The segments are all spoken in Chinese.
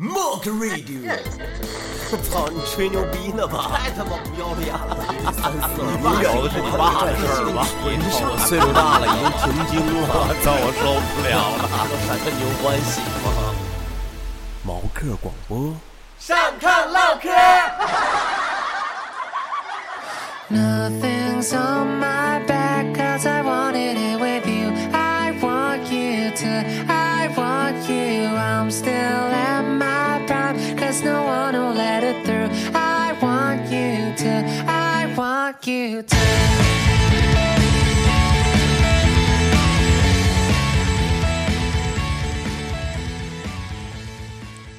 Mock Radio，操，你吹牛逼呢吧？太他妈不要脸了！你爸聊的是你爸的事儿吧？我岁数大了，已经停经了，操，我受不了了。咱这牛欢喜吗？毛克广播，上炕唠嗑。 Nothing's on my back cause I wanted it with you. I want you to, I want you. I'm still at my prime cause no one will let it through. I want you to, I want you to.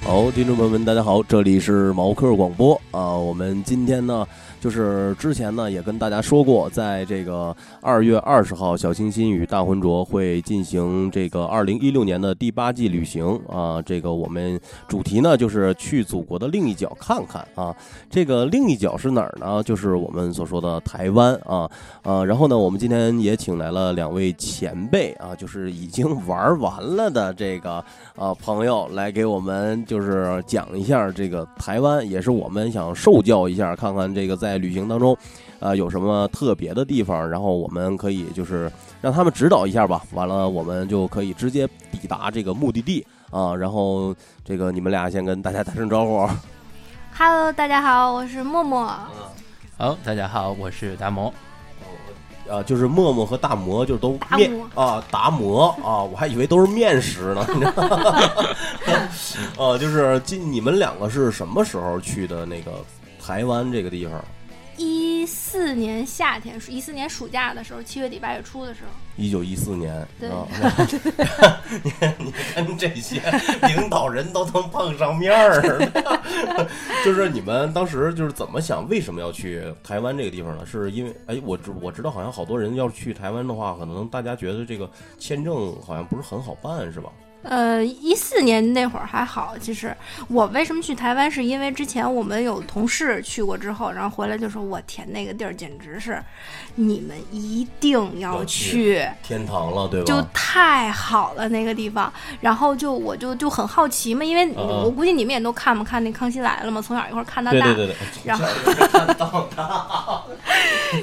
好，听众朋友们，大家好，这里是毛克广播啊。我们今天呢，就是之前呢也跟大家说过，在这个二月二十号，小清新与大浑浊会进行这个二零一六年的第八季旅行啊。这个我们主题呢就是去祖国的另一角看看啊。这个另一角是哪儿呢？就是我们所说的台湾啊。呃，然后呢，我们今天也请来了两位前辈啊，就是已经玩完了的这个啊朋友来给我们就是讲一下这个台湾，也是我们想受教一下，看看这个在旅行当中，啊有什么特别的地方，然后我们可以就是让他们指导一下吧。完了，我们就可以直接抵达这个目的地啊。然后这个你们俩先跟大家打声招呼。啊 Hello，大家好，我是默默。好，大家好，我是达摩。啊，就是默默和大魔就都达面摩啊，达摩啊，我还以为都是面食呢。你知道吗 呃，就是今你们两个是什么时候去的那个台湾这个地方？一四年夏天，一四年暑假的时候，七月底八月初的时候，一九一四年对啊， 你你看这些领导人都能碰上面儿， 就是你们当时就是怎么想，为什么要去台湾这个地方呢？是因为哎，我知我知道，好像好多人要去台湾的话，可能大家觉得这个签证好像不是很好办，是吧？呃，一四年那会儿还好。其实我为什么去台湾，是因为之前我们有同事去过之后，然后回来就说：“我天，那个地儿简直是，你们一定要要去去天堂了，对吧？就太好了那个地方，然后就我就就很好奇嘛，因为嗯嗯我估计你们也都看嘛，看那《康熙来了》嘛，从小一块儿看到对大，对对对，哎然后后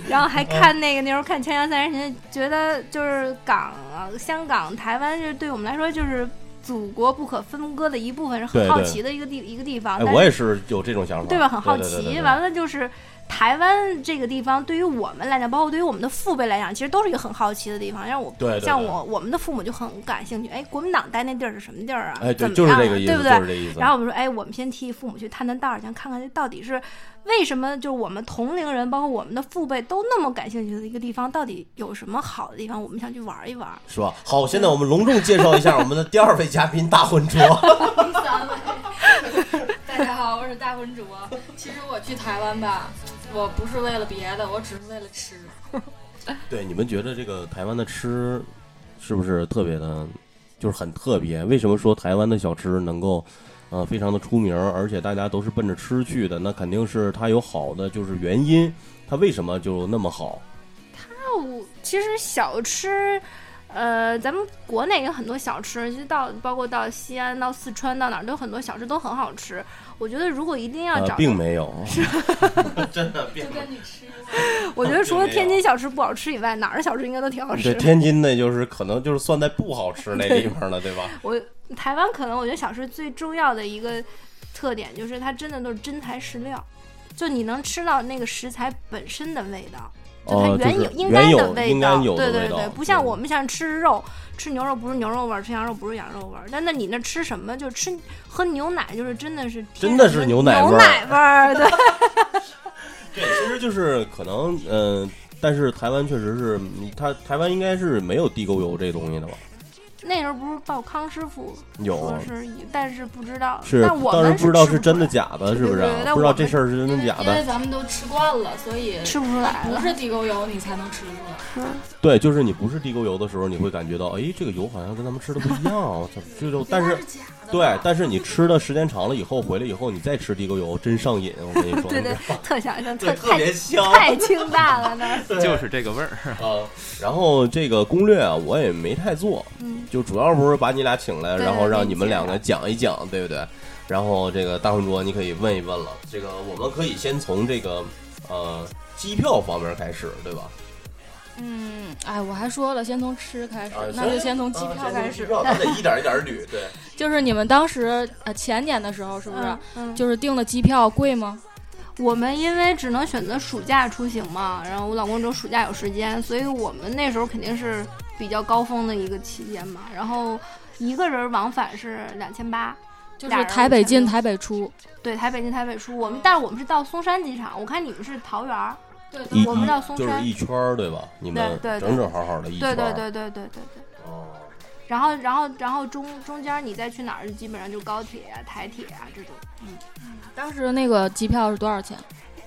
然后还哦看那个那时候看《锵锵三人行》，觉得就是港、啊、香港、台湾，这对我们来说就是祖国不可分割的一部分，是对很好对奇的一个地一个地方。哎，但我是也是有这种想法，对吧？很好对对对奇。对完了就是台湾这个地方，对于我们来讲，包括对于我们的父辈来讲，其实都是一个很好奇的地方。像我，对对对像我，我们的父母就很感兴趣。哎，国民党待那地儿是什么地儿啊？哎，对，怎么就样、是啊？这个意对思，就不对？是这意思。然后我们说，哎，我们先替父母去探探道儿，想看看这到底是为什么，就是我们同龄人，包括我们的父辈都那么感兴趣的一个地方，到底有什么好的地方，我们想去玩一玩。是吧？好，现在我们隆重介绍一下我们的第二位嘉宾大混浊。第三位， 大家好，我是大浑浊。其实我去台湾吧，我不是为了别的，我只是为了吃。对，你们觉得这个台湾的吃是不是特别的，就是很特别？为什么说台湾的小吃能够？呃，非常的出名，而且大家都是奔着吃去的，那肯定是它有好的，就是原因，它为什么就那么好？那我其实小吃，呃，咱们国内有很多小吃，就到包括到西安、到四川、到哪儿都有很多小吃都很好吃。我觉得如果一定要呃找，，并 没有， 真的并就没有跟你吃过，我觉得除了并没有天津小吃不好吃以外，哪儿的小吃应该都挺好吃对，的。天津那就是可能就是算在不好吃那地方了，对 吧？我台湾可能我觉得小吃最重要的一个特点就是它真的都是真材实料，就你能吃到那个食材本身的味道，就它哦，就原有是应原该有味应该有对的对味道，对，不像我们像吃肉，吃牛肉不是牛肉味儿，吃羊肉不是羊肉味儿。但那你那吃什么？就吃喝牛奶，就是真的是真天的然是牛奶味儿牛奶味儿，对， 对，其实就是可能，嗯、但是台湾确实是，嗯它台湾应该是没有地沟油这东西的吧？那时候不是报康师傅有啊说，是，但是不知道，是，但我但们不知道是是真的假的，是不是啊对对对？但不知道我们这事儿是真因的为假因为的。咱们都吃惯了，所以吃不出来不了。是地沟油你才能吃出来。对，就是你不是地沟油的时候，你会感觉到，哎，这个油好像跟咱们吃的不一样。我操，这就但是假对，但是你吃的时间长了以后，回来以后你再吃地沟油，真上瘾。我跟你说，对对，特想象，特特别太香 太清淡了那儿。就是这个味儿。啊。然后这个攻略啊，我也没太做，嗯就主要不是把你俩请来，对然后让理你们解两个讲一讲，对不对？然后这个大浑浊，你可以问一问了。这个我们可以先从这个呃机票方面开始，对吧？嗯，哎，我还说了，先从吃开始啊，那就先从机票开始。咱得一点一点捋，对。就是你们当时呃前年的时候，是不是嗯嗯，就是订的机票贵吗？我们因为只能选择暑假出行嘛，然后我老公只有暑假有时间，所以我们那时候肯定是比较高峰的一个期间嘛。然后一个人往返是两千八，就是台北进俩人台北出，对台北进台北出。我们但是我们是到松山机场，我看你们是桃园儿，对一我们到松就是山一圈儿，对吧？你们对对对整整好好的一圈对儿。对对对对对对。哦。然后然后然后中中间你再去哪儿，基本上就高铁啊、台铁啊这种。当时那个机票是多少钱？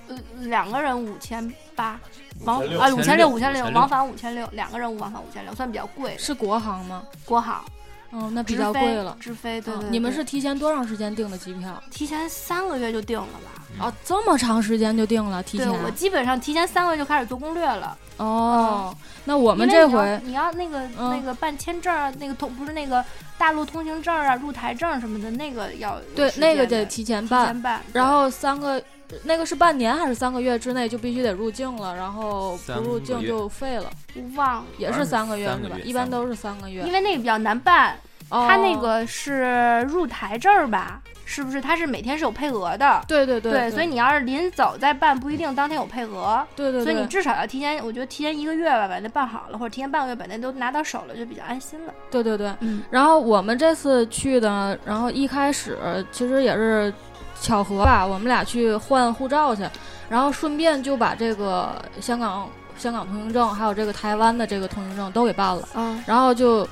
呃，两个人五千八，往5600啊五千六五千5600六，往返五千六，两个人往返五千六，算比较贵的。是国航吗？国航哦，那比直较飞贵了。直飞对哦对对你们是提前多长时间订的机票？提前三个月就定了吧？嗯哦，这么长时间就订了，提对，前。啊我基本上提前三个月就开始做攻略了。哦，那我我们这回你要那个嗯那个办签证啊，那个通不是那个大陆通行证啊、入台证什么的，那个要有对时间那个的得提前提办，前办。然后三个那个是半年还是三个月之内就必须得入境了，然后不三入个境月就废了，忘了，也是三个月三是个吧？月一三般个都是三个月因。为那个比较难办，哦它那个是入台证吧？是不是？它是每天是有配额的。对对对所以你要是临走再办，不一定当天有配额，对对所以你对至少要提前，我觉得提前一个月吧，把那办好了，或者提前半个月把那都拿到手了，就比较安心了。对对对。嗯，然后我们这次去的，然后一开始其实也是巧合吧，我们俩去换护照去，然后顺便就把这个香港香港通行证，还有这个台湾的这个通行证都给办了，嗯，然后就，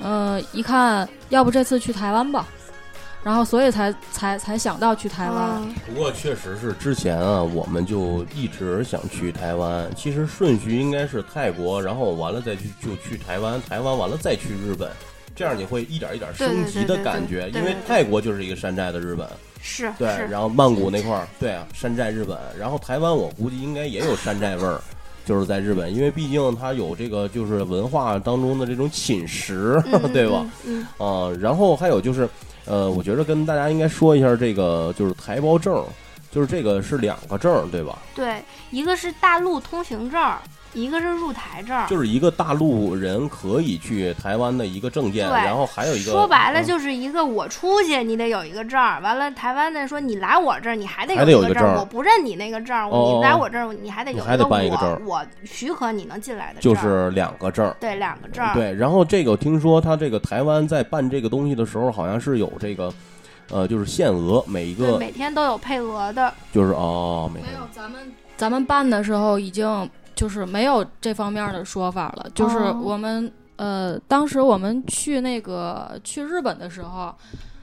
呃，一看，要不这次去台湾吧，然后所以才才才想到去台湾。嗯不过确实是之前啊，我们就一直想去台湾。其实顺序应该是泰国，然后完了再去就去台湾，台湾完了再去日本，这样你会一点一点升级的感觉。对对对对对因为泰国就是一个山寨的日本，是对，是，然后曼谷那块儿，对啊，山寨日本。然后台湾我估计应该也有山寨味儿，就是在日本，因为毕竟它有这个就是文化当中的这种侵蚀，嗯对吧？？嗯，啊、然后还有就是，呃，我觉得跟大家应该说一下这个就是台胞证，就是这个是两个证儿，对吧？对，一个是大陆通行证，一个是入台证。就是一个大陆人可以去台湾的一个证件，对，然后还有一个说白了嗯就是一个我出去你得有一个证儿，完了台湾的说你来我这儿你还得还得有一一个证儿，证儿我不认你那个证儿，哦你来我这儿你还得有你还得办一个证儿我我许可你能进来的证就儿，是嗯两个证儿。对两个证儿，对，然后这个听说他这个台湾在办这个东西的时候，好像是有这个，呃，就是限额，每一对，个每天都有配额的，就是哦，每天咱们咱们办的时候已经就是没有这方面的说法了，就是哦我们、呃，当时我们去那个去日本的时候。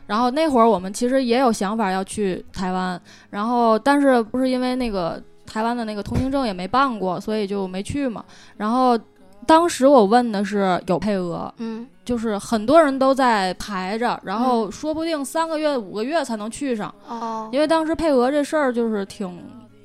然后那会儿我们其实也有想法要去台湾，然后但是不是因为那个台湾的那个通行证也没办过，所以就没去嘛。然后当时我问的是有配额，嗯，就是很多人都在排着，然后说不定三个月、五个月才能去上，哦，因为当时配额这事儿就是挺、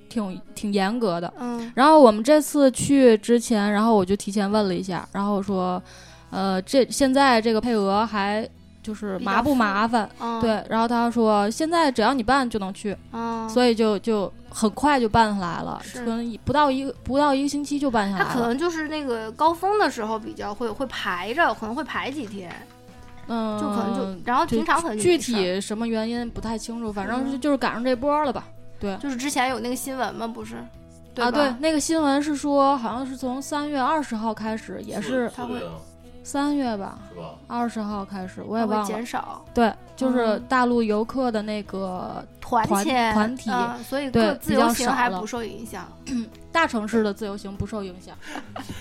挺、挺严格的。嗯，然后我们这次去之前，然后我就提前问了一下，然后说，呃，这现在这个配额还就是比较麻不复麻烦？嗯，对，然后他说现在只要你办就能去，嗯，所以就就很快就办下来了，是可能一不到一个不到一个星期就办下他来可了。能就是那个高峰的时候比较会会排着，可能会排几天，嗯，就可能就、然后就平常可能就具没事儿体什么原因不太清楚，反正嗯就就是赶上这波了吧。就是之前有那个新闻嘛，不是？对啊，吧对，那个新闻是说，好像是从三月二十号开始，也是他会三月吧，是吧？二十号开始，我也它会忘了减。少对，就是哦嗯大陆游客的那个团团签团体嗯所以对各自比较由行少还了不受影响。大城市的自由行不受影响。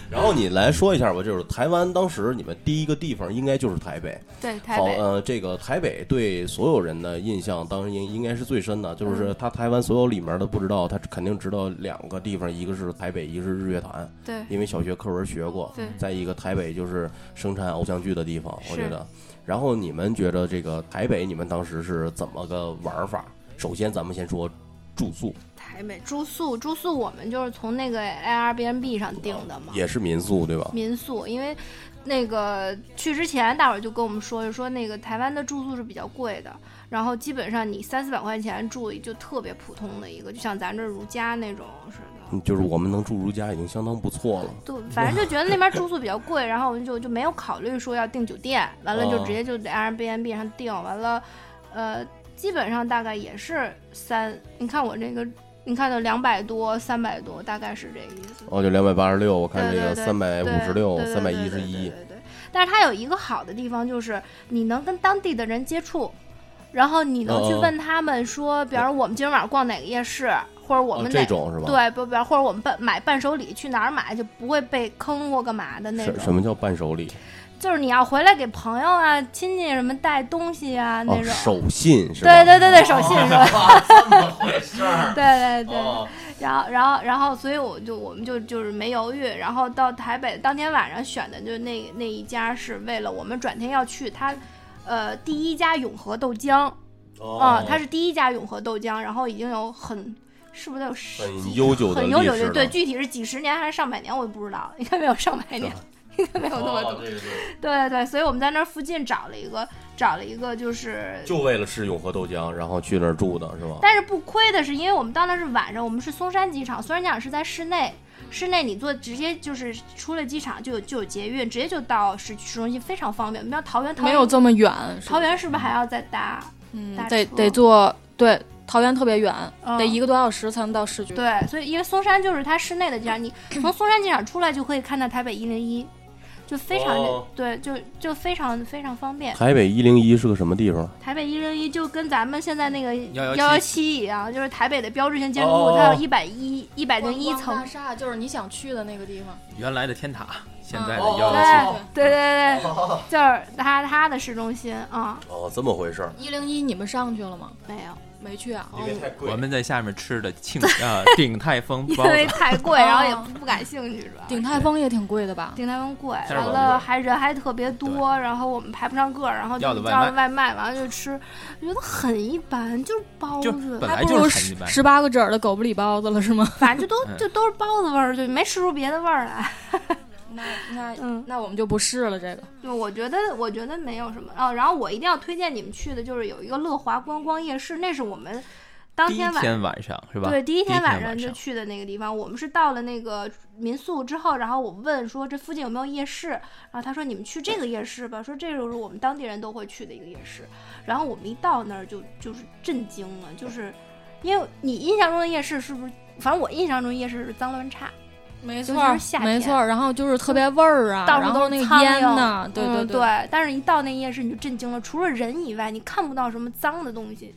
然后你来说一下吧，就是台湾当时你们第一个地方应该就是台北，对，台好，北呃，这个台北对所有人的印象，当然应应该是最深的，就是嗯他台湾所有里面的不知道，他肯定知道两个地方，一个是台北，一个是日月潭，对因为小学课文学过对。再一个，台北就是生产偶像剧的地方，我是觉得。然后你们觉得这个台北，你们当时是怎么个玩法？首先，咱们先说住宿，台北住宿，住宿我们就是从那个 Airbnb 上订的嘛，也是民宿对吧？民宿，因为那个去之前大伙儿就跟我们说，就说那个台湾的住宿是比较贵的，然后基本上你三四百块钱住就特别普通的一个，就像咱这如家那种似的。嗯就是我们能住如家已经相当不错了。对，反正就觉得那边住宿比较贵，然后我们就就没有考虑说要订酒店，完了就哦直接就在 Airbnb 上订，完了，呃，基本上大概也是三，你看我这个，你看到两百多、三百多，大概是这个意思。哦，就两百八十六，我看这对个对三百五十六、对三百一十对对对一哦对，对。但是它有一个好的地方，就是你能跟当地的人接触，然后你能嗯去嗯问他们说，比方说我们今儿晚上逛哪个夜市，或者我哦们哪、这种是吧？对，不不，或者我们伴买伴手礼去哪儿买，就不会被坑或干嘛的那什什种。么叫伴手礼？就是你要回来给朋友啊、亲戚什么带东西啊那哦，种。手信是吧？对对对对，手信是吧？这么回事儿。 对对对。哦，然后，然后，然后，所以我就我们就就是没犹豫，然后到台北当天晚上选的就是那那一家，是为了我们转天要去它，呃，第一家永和豆浆，哦啊、它是第一家永和豆浆，然后已经有很。是不是得有十哦很几悠久的很悠久历史了对，具体是几十年还是上百年，我也不知道，应 该没有上百年，应该没有那么多。对对对，对对对，所以我们在那儿附近找了一个，找了一个就是就为了吃永和豆浆，然后去那儿住的是吧？但是不亏的是，因为我们到那是晚上，我们是松山机场，虽然讲是在室内，室内你坐直接就是出了机场就有就有捷运，直接就到市区市中心，非常方便。我们要桃园，桃园没有这么远，是桃园是不是还要再搭？嗯大，得车得坐对，桃园特别远，嗯得一个多小时才能到市区。对，所以因为松山就是它室内的机场， 你从松山机场出来就可以看到台北一零一，就非常、哦对，就就非常非常方便。台北一零一是个什么地方？台北一零一就跟咱们现在那个幺117幺七一样，就是台北的标志性建筑哦哦哦物，它有一百一一百光零一光层大。厦就是你想去的那个地方。原来的天塔，现在的哦幺幺对对对对，就是它它的市中心啊、哦，这么回事儿。一零一，你们上去了吗？没有，没去啊？哦七，我们在下面吃的 庆啊鼎泰丰因包为子，太贵，哦然后也不不感兴趣，主要鼎泰丰也挺贵的吧？鼎泰丰贵，但是完我了还人还特别多，然后我们排不上个儿，然后就要的外叫卖了外卖，完了就吃，我觉得很一般，就是包就子本，还来不就如是很一般。十八个褶儿的狗不理包子了是吗？反正就都嗯就都是包子味儿，就没吃出别的味儿 来。那 那嗯，那我们就不试了这个。对，我觉得我觉得没有什么哦。然后我一定要推荐你们去的就是有一个乐华观光夜市，那是我们当第一天晚天晚上是吧？对，第一一天晚晚就上去的那个地方，我们是到了那个民宿之后，然后我问说这附近有没有夜市，然后他说你们去这个夜市吧，说这就是我们当地人都会去的一个夜市。然后我们一到那儿就就是震惊了，就是因为你印象中的夜市是不是？反正我印象中夜市是脏乱差，没错儿夏天没错儿。然后就是特别味儿啊，到然处后都那是个苍烟蝇呐，对嗯对对。但是，一到那夜市你就震惊了，除了人以外，你看不到什么脏的东西。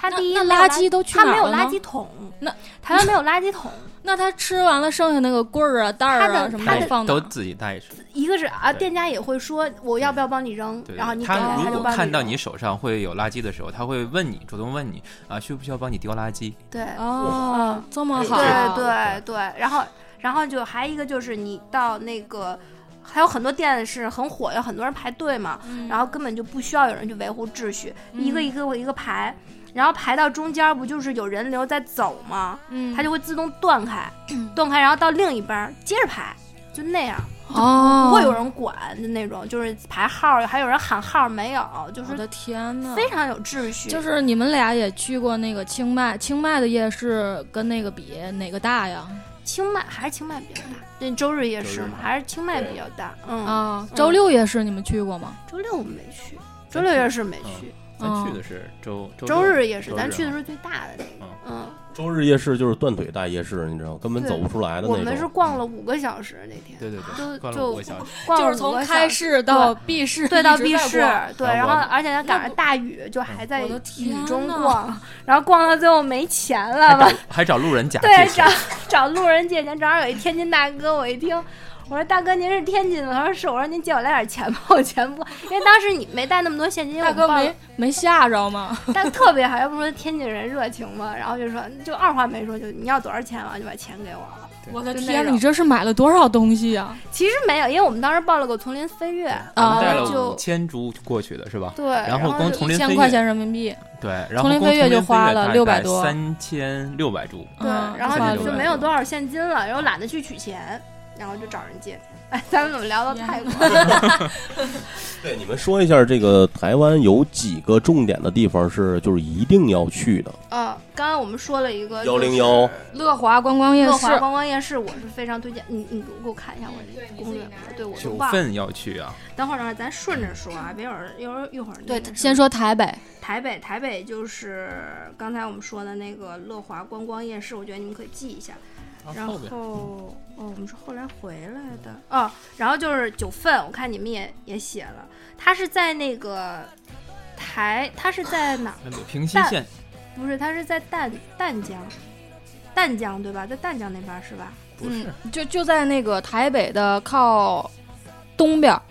它那第一那没有垃圾都去它哪没儿有了垃呢圾桶，那台湾没有垃圾桶。那他吃完了剩下那个棍儿啊、袋儿他啊的什么他的的放哪都儿？自己带去。一个是啊，对店家也会说我要不要帮你扔，对，然后你给他了他如就果帮看到扔你手上会有垃圾的时候，他会问你，主动问你啊，需不需要帮你丢垃圾？对哦，这么好，对对对，然后然后就还一个就是你到那个。还有很多店是很火，有很多人排队嘛，嗯然后根本就不需要有人去维护秩序，嗯一个一个我一个排，然后排到中间儿不就是有人流在走吗？嗯，它就会自动断开，断开，然后到另一边儿接着排，就那样，哦，不会有人管的那种，就是排号儿，还有人喊号儿没有，就我是的天呐，非常有秩序，就是你们俩也去过那个清迈，清迈的夜市跟那个比哪个大呀？清迈还是清迈比较大，那周日夜市周日嘛，还是清迈比较大。嗯，啊，周六夜市你们嗯去过吗？周六我们没去，周六夜市没去，咱去的是周嗯周日日夜市周日咱去的是最大的那个嗯。嗯，周日夜市就是断腿大夜市，你知道，根本走不出来的我那们是种。逛了五个小时那天，对对就对，逛了就五个小时，逛了哦就是五从个小开时市到闭 市，对到一直闭在市逛，对，然然后后我们而且它赶那上不大雨，就还在我的雨天中呐逛，然后逛到最后没钱了还吧找？还找路人甲啊对，借找钱，找路人借钱，正好有一天津大哥，我一听，我说大哥您是天津的，他说是，我说您借我来点钱吧，我钱不，因为当时你没带那么多现金，大我哥报了没，没吓着吗？但特别好， 要不说天津人热情嘛，然后就说就二话没说就你要多少钱嘛，就把钱给我了，我的就那天，种你这是买了多少东西啊呀？其实没有，因为我们当时报了个丛林飞跃，我们带然了后五啊就千株过去的是吧？对，然后光就丛一林飞千块跃，钱人民币，对，然后丛林飞跃就花了600多三千六百株，对，嗯然花后了就600没有多多少现金了，然后懒得去取钱，然后就找人借。哎，咱们怎么聊到泰国？对，你们说一下这个台湾有几个重点的地方是就是一定要去的？嗯，刚刚我们说了一个101乐华观光夜乐华市，观光夜市，我是非常推荐你，你给我看一下我这攻略，对我就九忘了。份要去啊，等会儿等会儿，咱顺着说啊，别有人一会儿一会儿那对个，什么先说台北，台北，台北就是刚才我们说的那个乐华观光夜市，我觉得你们可以记一下。然后啊后边嗯哦，我们是后来回来的哦。然后就是九份，我看你们也也写了，它是在那个台，它是在哪儿？平西但县不是，它是在淡淡江，淡江对吧？在淡江那边是吧？不是，就就在那个台北的靠东边儿，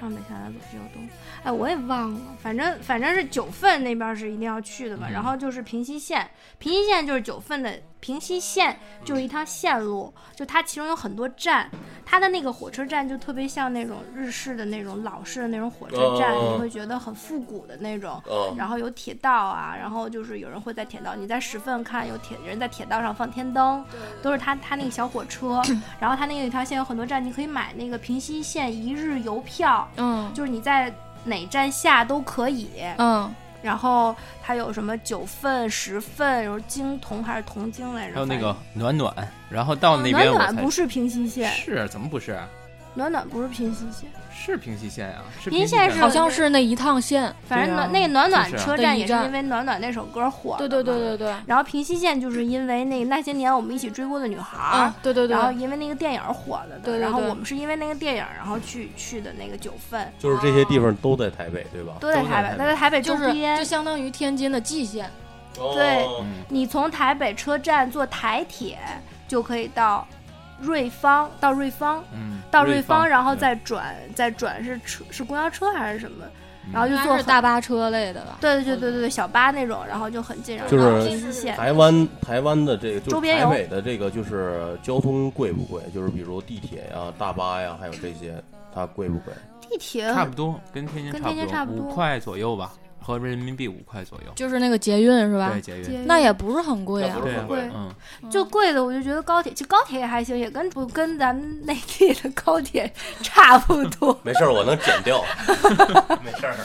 上北下南左西右东，哎，我也忘了，反正反正是九份那边是一定要去的嘛。嗯然后就是平西县，平西县就是九份的平西县，就是一趟线路，就它其中有很多站，它的那个火车站就特别像那种日式的那种老式的那种火车站，哦你会觉得很复古的那种。嗯，然后有铁道啊，然后就是有人会在铁道，你在十份看有铁人在铁道上放天灯，都是他他那个小火 车，然后他那个有一条线有很多站，你可以买那个平西线一日游票，嗯就是你在哪站下都可以。嗯，然后它有什么九份、十份，有京同还是同京来着？还有那反个正暖暖，然后到那边暖我哦暖才不是平西县，是怎么不是？啊暖暖不是平西县，是平西县啊，是平西西县是好像是那一趟线，反正对啊暖、那个暖暖就是啊车对站一也是站因为暖暖那首歌火对的对对嘛对对，然后平西县就是因为那个那些年我们一起追过的女孩儿。啊，对对对然，后因为那个电影儿火了的，对对然后对我们是因为那个电影儿，然后去去的那个九份，就是这些地方都在台北，对吧？都在都在台台北，北都在台北周就是边，就相当于天津的蓟县，对嗯，你从台北车站坐台铁就可以到瑞芳，到瑞芳，嗯，到瑞芳，然后嗯再转，再转是车是公交车还是什么？嗯然后就应该坐是很大巴车类的吧？对对对对对小巴那种，然后就很近，然后就是到平西县。台湾台湾的这个就周是边台有北的这个就是交通贵不贵？就是比如地铁呀、大巴呀，还有这些，它贵不贵？地铁差不多跟天津跟差天津差不不多，多五块左右吧，合人民币五块左右。就是那个捷运是吧对，？节约。那也不是很贵那啊不，是对很贵。对嗯，就贵的，我就觉得高铁，其实高铁也还行，也跟不跟咱们内地的高铁 差不多，没事儿，我能减掉。没事儿，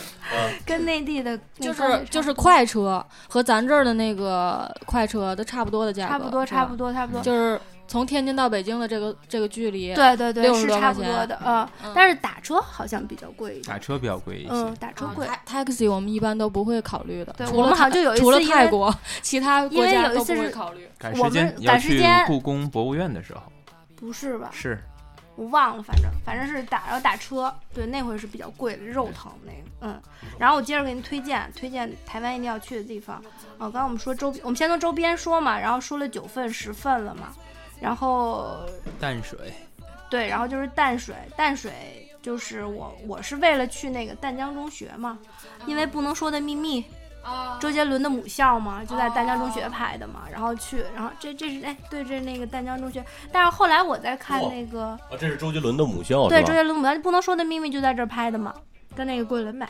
跟内地的那就是高铁就是快车和咱这儿的那个快车都差不多的价格，差不多，是吧差不多，差不多。就是从天津到北京的这个这个距离，对对对， 60是多差块不钱多的，嗯。嗯，但是打车好像比较贵一点，打车比较贵一嗯些，，打车啊贵。 ta- taxi 我们一般都不会考虑的，对除我了们好像泰就有一次除了因为泰国， 其他因国为家有一都次不是会考虑。赶我时们间你要赶时去间啊故宫博物院的时候不是吧？是我忘了，反正反正是打，然后打车，对，那回是比较贵的，肉疼那个，嗯。然后我接着给您推荐推荐台湾一定要去的地方。哦，刚刚我们说周，我们先从周边说嘛，然后说了九份、十份了嘛，然后淡水，对，然后就是淡水，淡水就是我我是为了去那个淡江中学嘛，因为不能说的秘密，周杰伦的母校嘛，就在淡江中学拍的嘛，然后去，然后这这是哎对，这是那个淡江中学，但是后来我在看哇那个。啊，这是周杰伦的母校对，是周吧？杰伦《不能说的秘密》就在这儿拍的嘛，跟那个桂纶镁。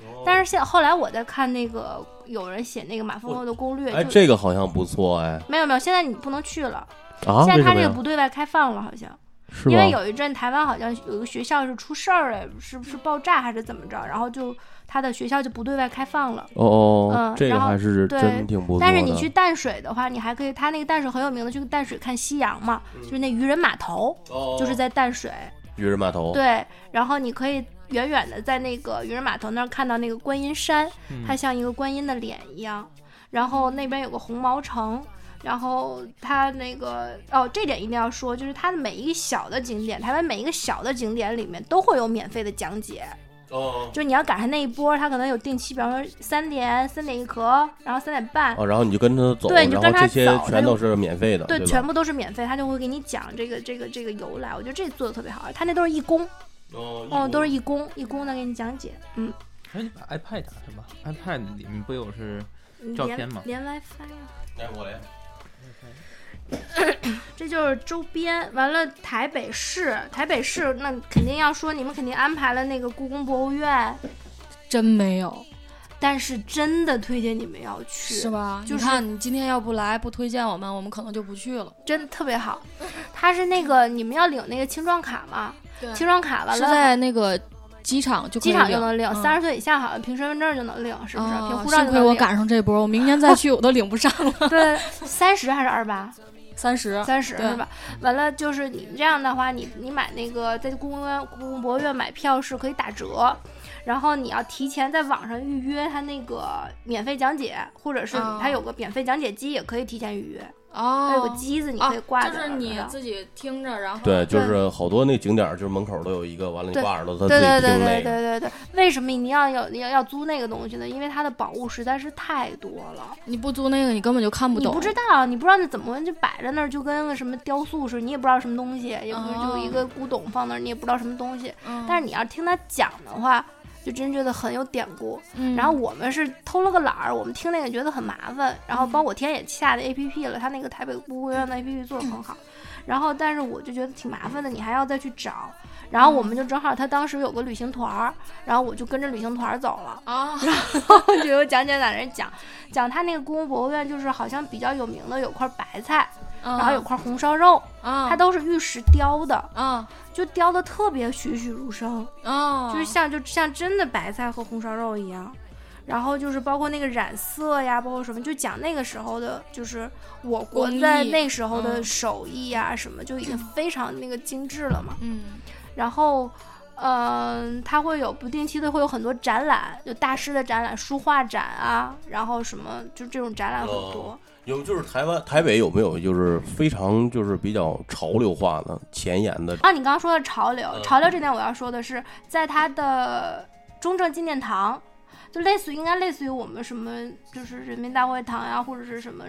哦但是现后来我在看那个有人写那个马蜂窝的攻略，哎，就这个好像不错哎没有没有，现在你不能去了，啊？为现在什他么这个呀？不对外开放了，好像是因为吗？有一阵台湾好像有个学校是出事儿了，是不是爆炸还是怎么着，然后就他的学校就不对外开放了。哦哦嗯，这个然后还是对真挺不错的。但是你去淡水的话，你还可以，他那个淡水很有名的，去淡水看夕阳嘛，嗯就是那渔人码头，哦就是在淡水。渔人码头，对，然后你可以远远的在那个渔人码头那儿看到那个观音山，它嗯像一个观音的脸一样。然后那边有个红毛城，然后它那个哦，这点一定要说，就是它的每一个小的景点，台湾每一个小的景点里面都会有免费的讲解。哦就是你要赶上那一波，它可能有定期，比方说三点、三点一刻，然后三点半，哦，然后你就跟着走，对你就然后跟他这些走全他就都是免费的，对，吧？全部都是免费，他就会给你讲这个这个这个由来。我觉得这做的特别好，他那都是义工，哦，都是义工，义工在给你讲解，嗯。哎，你把 iPad 打开吧，iPad 里面不有是你嗯照连片吗连 WiFi 啊，哎，我来。 这就是周边。完了，台北市，台北市那肯定要说你们肯定安排了那个故宫博物院，真没有，但是真的推荐你们要去，是吧？就你是看你今天要不来，不推荐我们，我们可能就不去了。真的特别好。它是那个你们要领那个青壮卡嘛，对青壮卡完是了在那个机场就可机以场就领能领，嗯三十岁以下好像凭身份证就能领，是不是？啊凭护照就幸亏能我领。赶上这波，我明年再去我都领不上 了。对，三十还是二十八？三十，三十对是吧？完了就是你这样的话，你你买那个在故宫院、故宫博物院买票是可以打折，然后你要提前在网上预约它那个免费讲解，或者是哦它有个免费讲解机也可以提前预约，它有个哦，机子你啊可以挂着、就是你自己听着，然后对，就是好多那景点儿，就是门口都有一个，完了你对挂耳朵，他自对对己对听对那个。对对对，为什么一定要有要要租那个东西呢？因为它的宝物实在是太多了，你不租那个，你根本就看不你懂。不知道，你不知道那怎么就摆在那儿，就跟个什么雕塑似的，你也不知道什么东西，也不是哦就一个古董放那儿，你也不知道什么东西。嗯，但是你要听他讲的话，就真觉得很有典故。嗯然后我们是偷了个懒儿，我们听那个觉得很麻烦，然后包括我天也下的 A P P 了，他那个台北故宫院的 A P P 做的很好，然后但是我就觉得挺麻烦的，你还要再去找。然后我们就正好他当时有个旅行团儿，然后我就跟着旅行团儿走了，啊，就有讲解在那儿讲讲他那个故宫博物院，就是好像比较有名的有块白菜，然然后有块红烧肉，啊，它都是玉石雕的，啊就雕的特别栩栩如生。啊，就是像就像真的白菜和红烧肉一样。然后就是包括那个染色呀，包括什么，就讲那个时候的，就是我国工艺在那时候的嗯手艺呀、什么，就已经非常那个精致了嘛。嗯然后，嗯、它会有不定期的会有很多展览，有大师的展览、书画展啊，然后什么就这种展览很多。有就是台湾台北有没有就是非常就是比较潮流化的前沿的？啊，你刚刚说的潮流，嗯潮流这点我要说的是，在它的中正纪念堂，就类似于应该类似于我们什么，就是人民大会堂呀、或者是什么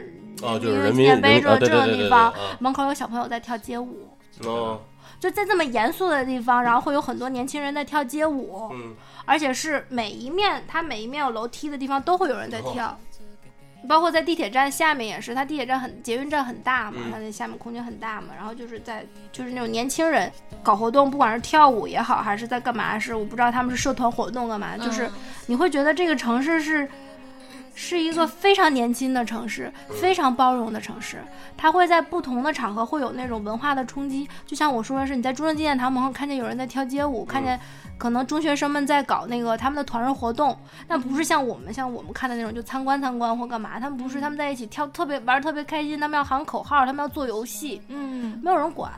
哦，人就是民人民纪念碑人民这啊，种对这对种对对地对，方，啊门口有小朋友在跳街舞，嗯就在这么严肃的地方，然后会有很多年轻人在跳街舞，嗯，而且是每一面它每一面有楼梯的地方都会有人在跳。包括在地铁站下面也是，它地铁站很捷运站很大嘛，嗯它那下面空间很大嘛，然后就是在就是那种年轻人搞活动，不管是跳舞也好，还是在干嘛是，我不知道他们是社团活动干嘛，就是你会觉得这个城市是是一个非常年轻的城市，嗯非常包容的城市。它会在不同的场合会有那种文化的冲击，就像我说的是，你在中正纪念堂门口看见有人在跳街嗯舞，看见可能中学生们在搞那个他们的团日活动，但不是像我们像我们看的那种就参观参观或干嘛，他们不是，他们在一起跳特别玩儿特别开心，他们要喊口号，他们要做游戏，嗯没有人管。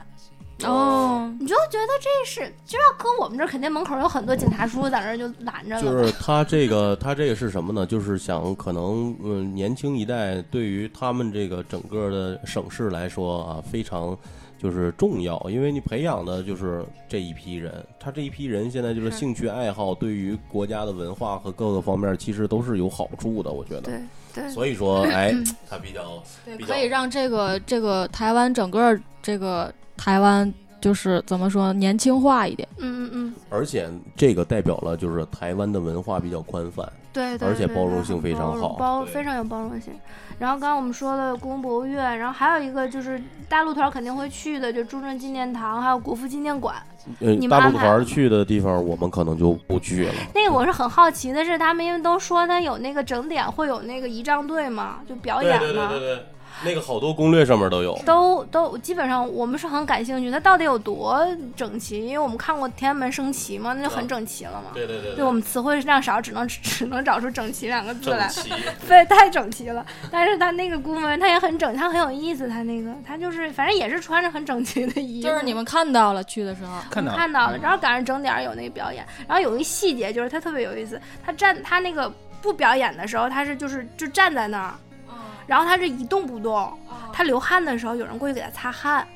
哦，你就觉得这是，就要搁我们这儿，肯定门口有很多警察叔叔在那儿就拦着了。 就是他这个，他这个是什么呢？就是想可能，嗯，年轻一代对于他们这个整个的省市来说啊，非常就是重要，因为你培养的就是这一批人，他这一批人现在就是是兴趣爱好，对于国家的文化和各个方面其实都是有好处的，我觉得。对对，所以 说，哎，他比较比较可以让这个这个台湾整个这个台湾就是怎么说年轻化一点，嗯嗯嗯，而且这个代表了就是台湾的文化比较宽泛，对，对而且对包它容很性非包常容好包对非常有包容性。然后刚刚我们说了故宫博物院，然后还有一个就是大陆团肯定会去的，就中正纪念堂，还有国父纪念馆。呃你，们大安陆排团儿去的地方我们可能就不去了。那个我是很好奇的是，他们因为都说他有那个整点会有那个仪仗队嘛，就表演嘛。对，那个好多攻略上面都有。都都基本上我们是很感兴趣，它到底有多整齐？因为我们看过天安门升旗嘛，那就很整齐了嘛。啊对对对对我们词汇量少，只能只能找出“整齐”两个字来。齐。对，太整齐了。但是他那个姑们，他也很整，他很有意思。他那个，他就是反正也是穿着很整齐的衣服。就是你们看到嗯了去的时候，看到看到了，正好赶上整点儿有那个表演，然后有一个细节就是他特别有意思，他站他那个不表演的时候，他是就是就站在那儿，哦然后他是一动不动，他流汗的时候有人过去给他擦汗。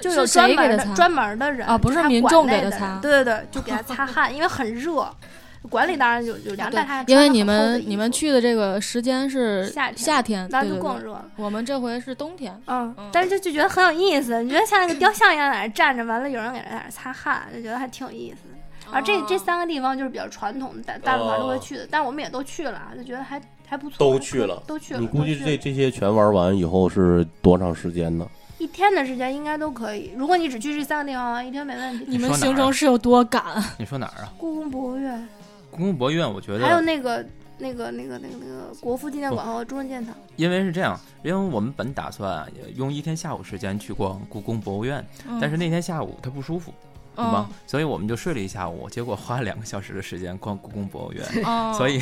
就有是专谁给门的的擦专门的人啊不是他民馆众内的给他人擦对对对，就给他擦汗，因为很热。管理当然有有凉对但他还因为穿着你很厚的们衣你们服，去的这个时间是夏天夏天，那对就对更对热了。我们这回是冬天，嗯嗯，但是就就觉得很有意思，你觉得像那个雕像一样在那儿站着，完了有人给他在那儿擦汗，就觉得还挺有意思的。然后这哦这三个地方就是比较传统的大大众团都会去哦的，但我们也都去了啊，就觉得还还不错，都去了都去了。你估计都去这了这些全玩完以后是多长时间呢？一天的时间应该都可以，如果你只去这三个地方啊，一天没问题。你你们说哪儿啊行程是有多赶？你说哪儿啊？故宫博物院，故宫博物院，我觉还有得，那个那个那个那个那个国父纪念馆和中正纪念堂，因为是这样，因为我们本打算用一天下午时间去逛故宫博物院，但是那天下午他不舒服，对吧嗯，？所以我们就睡了一下午，结果花两个小时的时间逛故宫博物院，嗯 所以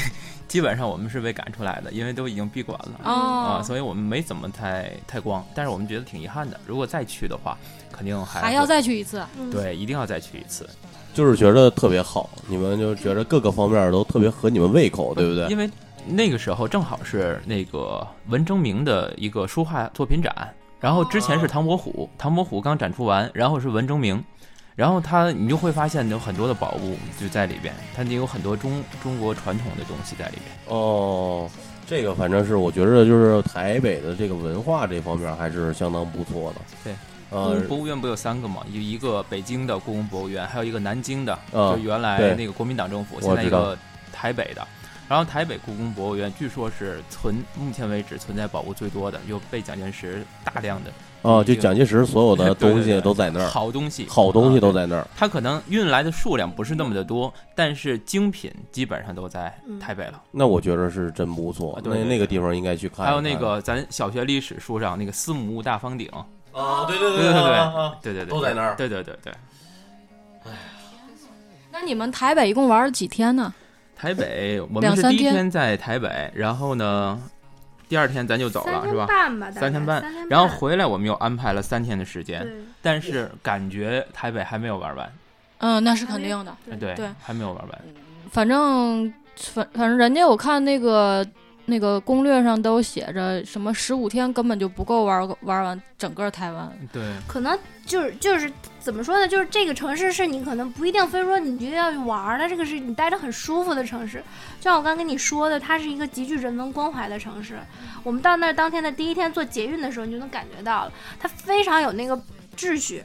基本上我们是被赶出来的，因为都已经闭馆了。啊，哦，所以我们没怎么太太逛，但是我们觉得挺遗憾的。如果再去的话，肯定还还要会再去一次。啊嗯，对，一定要再去一次，就是觉得特别好，你们就觉得各个方面都特别合你们胃口，对不对？因为那个时候正好是那个文征明的一个书画作品展，然后之前是唐伯虎，唐伯虎刚展出完，然后是文征明，然后他你就会发现有很多的宝物就在里边，它也有很多中中国传统的东西在里边。哦，这个反正是我觉着就是台北的这个文化这方面还是相当不错的。对，故呃宫，博物院不有三个吗？有一个北京的故宫博物院，还有一个南京的，嗯就对原来那个国民党政府，我现在一知道个台北的。然后台北故宫博物院据说是存目前为止存在宝物最多的，又被蒋介石大量的哦，就蒋介石所有的东西都在那儿，好东西，嗯好东西都啊。在那儿。它可能运来的数量不是那么的多，但是精品基本上都在嗯台北了。那我觉着是真不错啊，对那对那个地方应该去看一看。还有那个咱小学历史书上那个司母戊大方鼎，啊，对对对对对对对对，都在那儿对对对对，那你们台北一共玩了几天呢？台北，我两们是三第一天天在台北，然后呢，第二天咱就走了，三是天吧？半吧，大概三天半三天，然后回来我们又安排了三天的时间，对但是感觉台北还没有玩完，嗯，那是肯定的。对对对还没有玩完。反正反反正人家我看那个那个攻略上都写着什么十五天根本就不够玩玩完整个台湾。嗯对，可能就是就是怎么说呢？就是这个城市是你可能不一定非说你觉得要去玩儿，它这个是你待着很舒服的城市。就像我刚跟你说的，它是一个极具人文关怀的城市。我们到那儿当天的第一天坐捷运的时候，你就能感觉到了，它非常有那个秩序。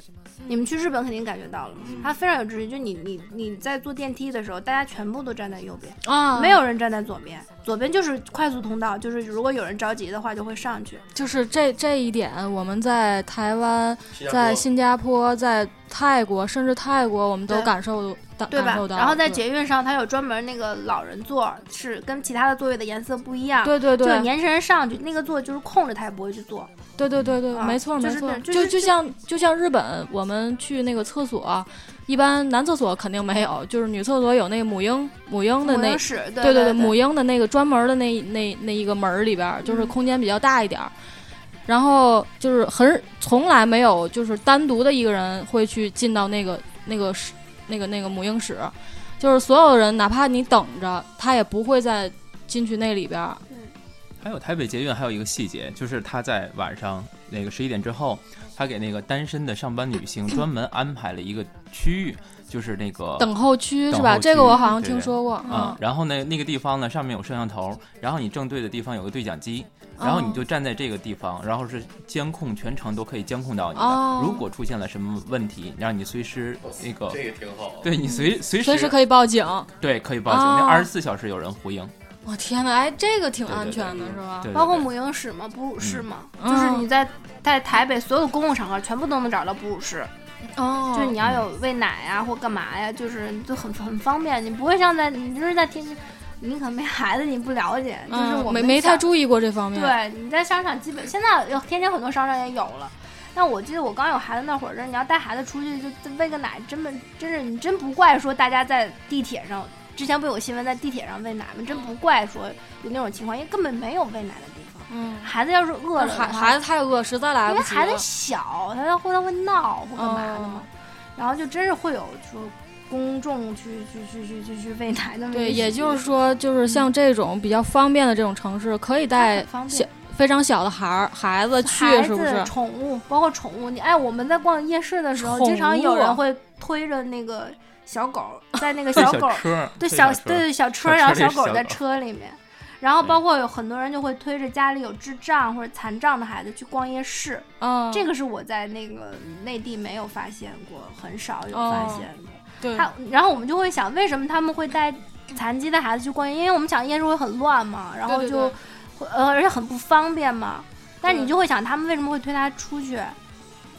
你们去日本肯定感觉到了，它非常有秩序。就你你你在坐电梯的时候，大家全部都站在右边。啊，没有人站在左边，左边就是快速通道，就是如果有人着急的话就会上去。就是这这一点，我们在台湾、加坡在新加坡、在泰国，甚至泰国，我们都对感受到对吧感受？到。然后在对捷运上，它有专门那个老人座，是跟其他的座位的颜色不一样。对对就对是年轻人上去那个座就是空着，他也不会去坐。对对对对，啊没错就没是错，那就是就就像就像日本，我们去那个厕所，一般男厕所肯定没有，就是女厕所有那个母婴母婴的母那婴室，对对对对，母婴的那个专门的那那那一个门儿里边儿，就是嗯空间比较大一点儿。然后就是很从来没有就是单独的一个人会去进到那个那个室那个那个母婴室，就是所有人哪怕你等着，他也不会再进去那里边儿。还有台北捷运还有一个细节，就是他在晚上那个十一点之后，他给那个单身的上班女性专门安排了一个区域，就是那个等候区是哦等吧？候这个我区好像对听对说过啊、啊。然后呢，那个地方呢，上面有摄像头，然后你正对的地方有个对讲机，然后你就站在这个地方，然后是监控全程都可以监控到你的。哦如果出现了什么问题，让你随时那个，个挺好。对你随随时随时可以报警。对可以报警，哦那二十四小时有人呼应。我天呐，哎，这个挺对对安对全的是吧？对对包括对母婴室嘛，哺乳室嘛，嗯就是你在在台北所有公共场合全部都能找到哺乳室，哦，就是你要有喂奶呀、或干嘛呀，就是就很很方便，你不会像在你就是在天津，你可能没孩子你不了解，就是嗯我没们没小太注意过这方面。对，你在商场基本现在有天津很多商场也有了。但我记得我刚有孩子那会儿，你要带孩子出去就喂个奶，真的真是你真不怪说大家在地铁上，之前不有新闻在地铁上喂奶吗？真不怪说有那种情况，因为根本没有喂奶的地方。嗯，孩子要是饿了的话，孩孩子太饿，实在来因不啊为及孩了子。小，他会他会闹或干嘛的哦嘛，然后就真是会有说公众去去去去去去喂奶的。对，也就是说，就是嗯像这种比较方便的这种城市，可以带很方便小非常小的孩儿孩子去孩，是不子是？宠物，包括宠物，你哎，我们在逛夜市的时候，宠物经常有人会推着那个小狗，在那个对小狗，车，对小小车对对小车，小车然后里小是狗小在狗车里面，然后包括有很多人就会推着家里有智障或者残障的孩子去逛夜市，嗯，这个是我在那个内地没有发现过，很少有发现的。对他，然后我们就会想，为什么他们会带残疾的孩子去逛夜？因为我们想夜市会很乱嘛，然后对对就呃，而且很不方便嘛。但对你就会想，他们为什么会推他出去？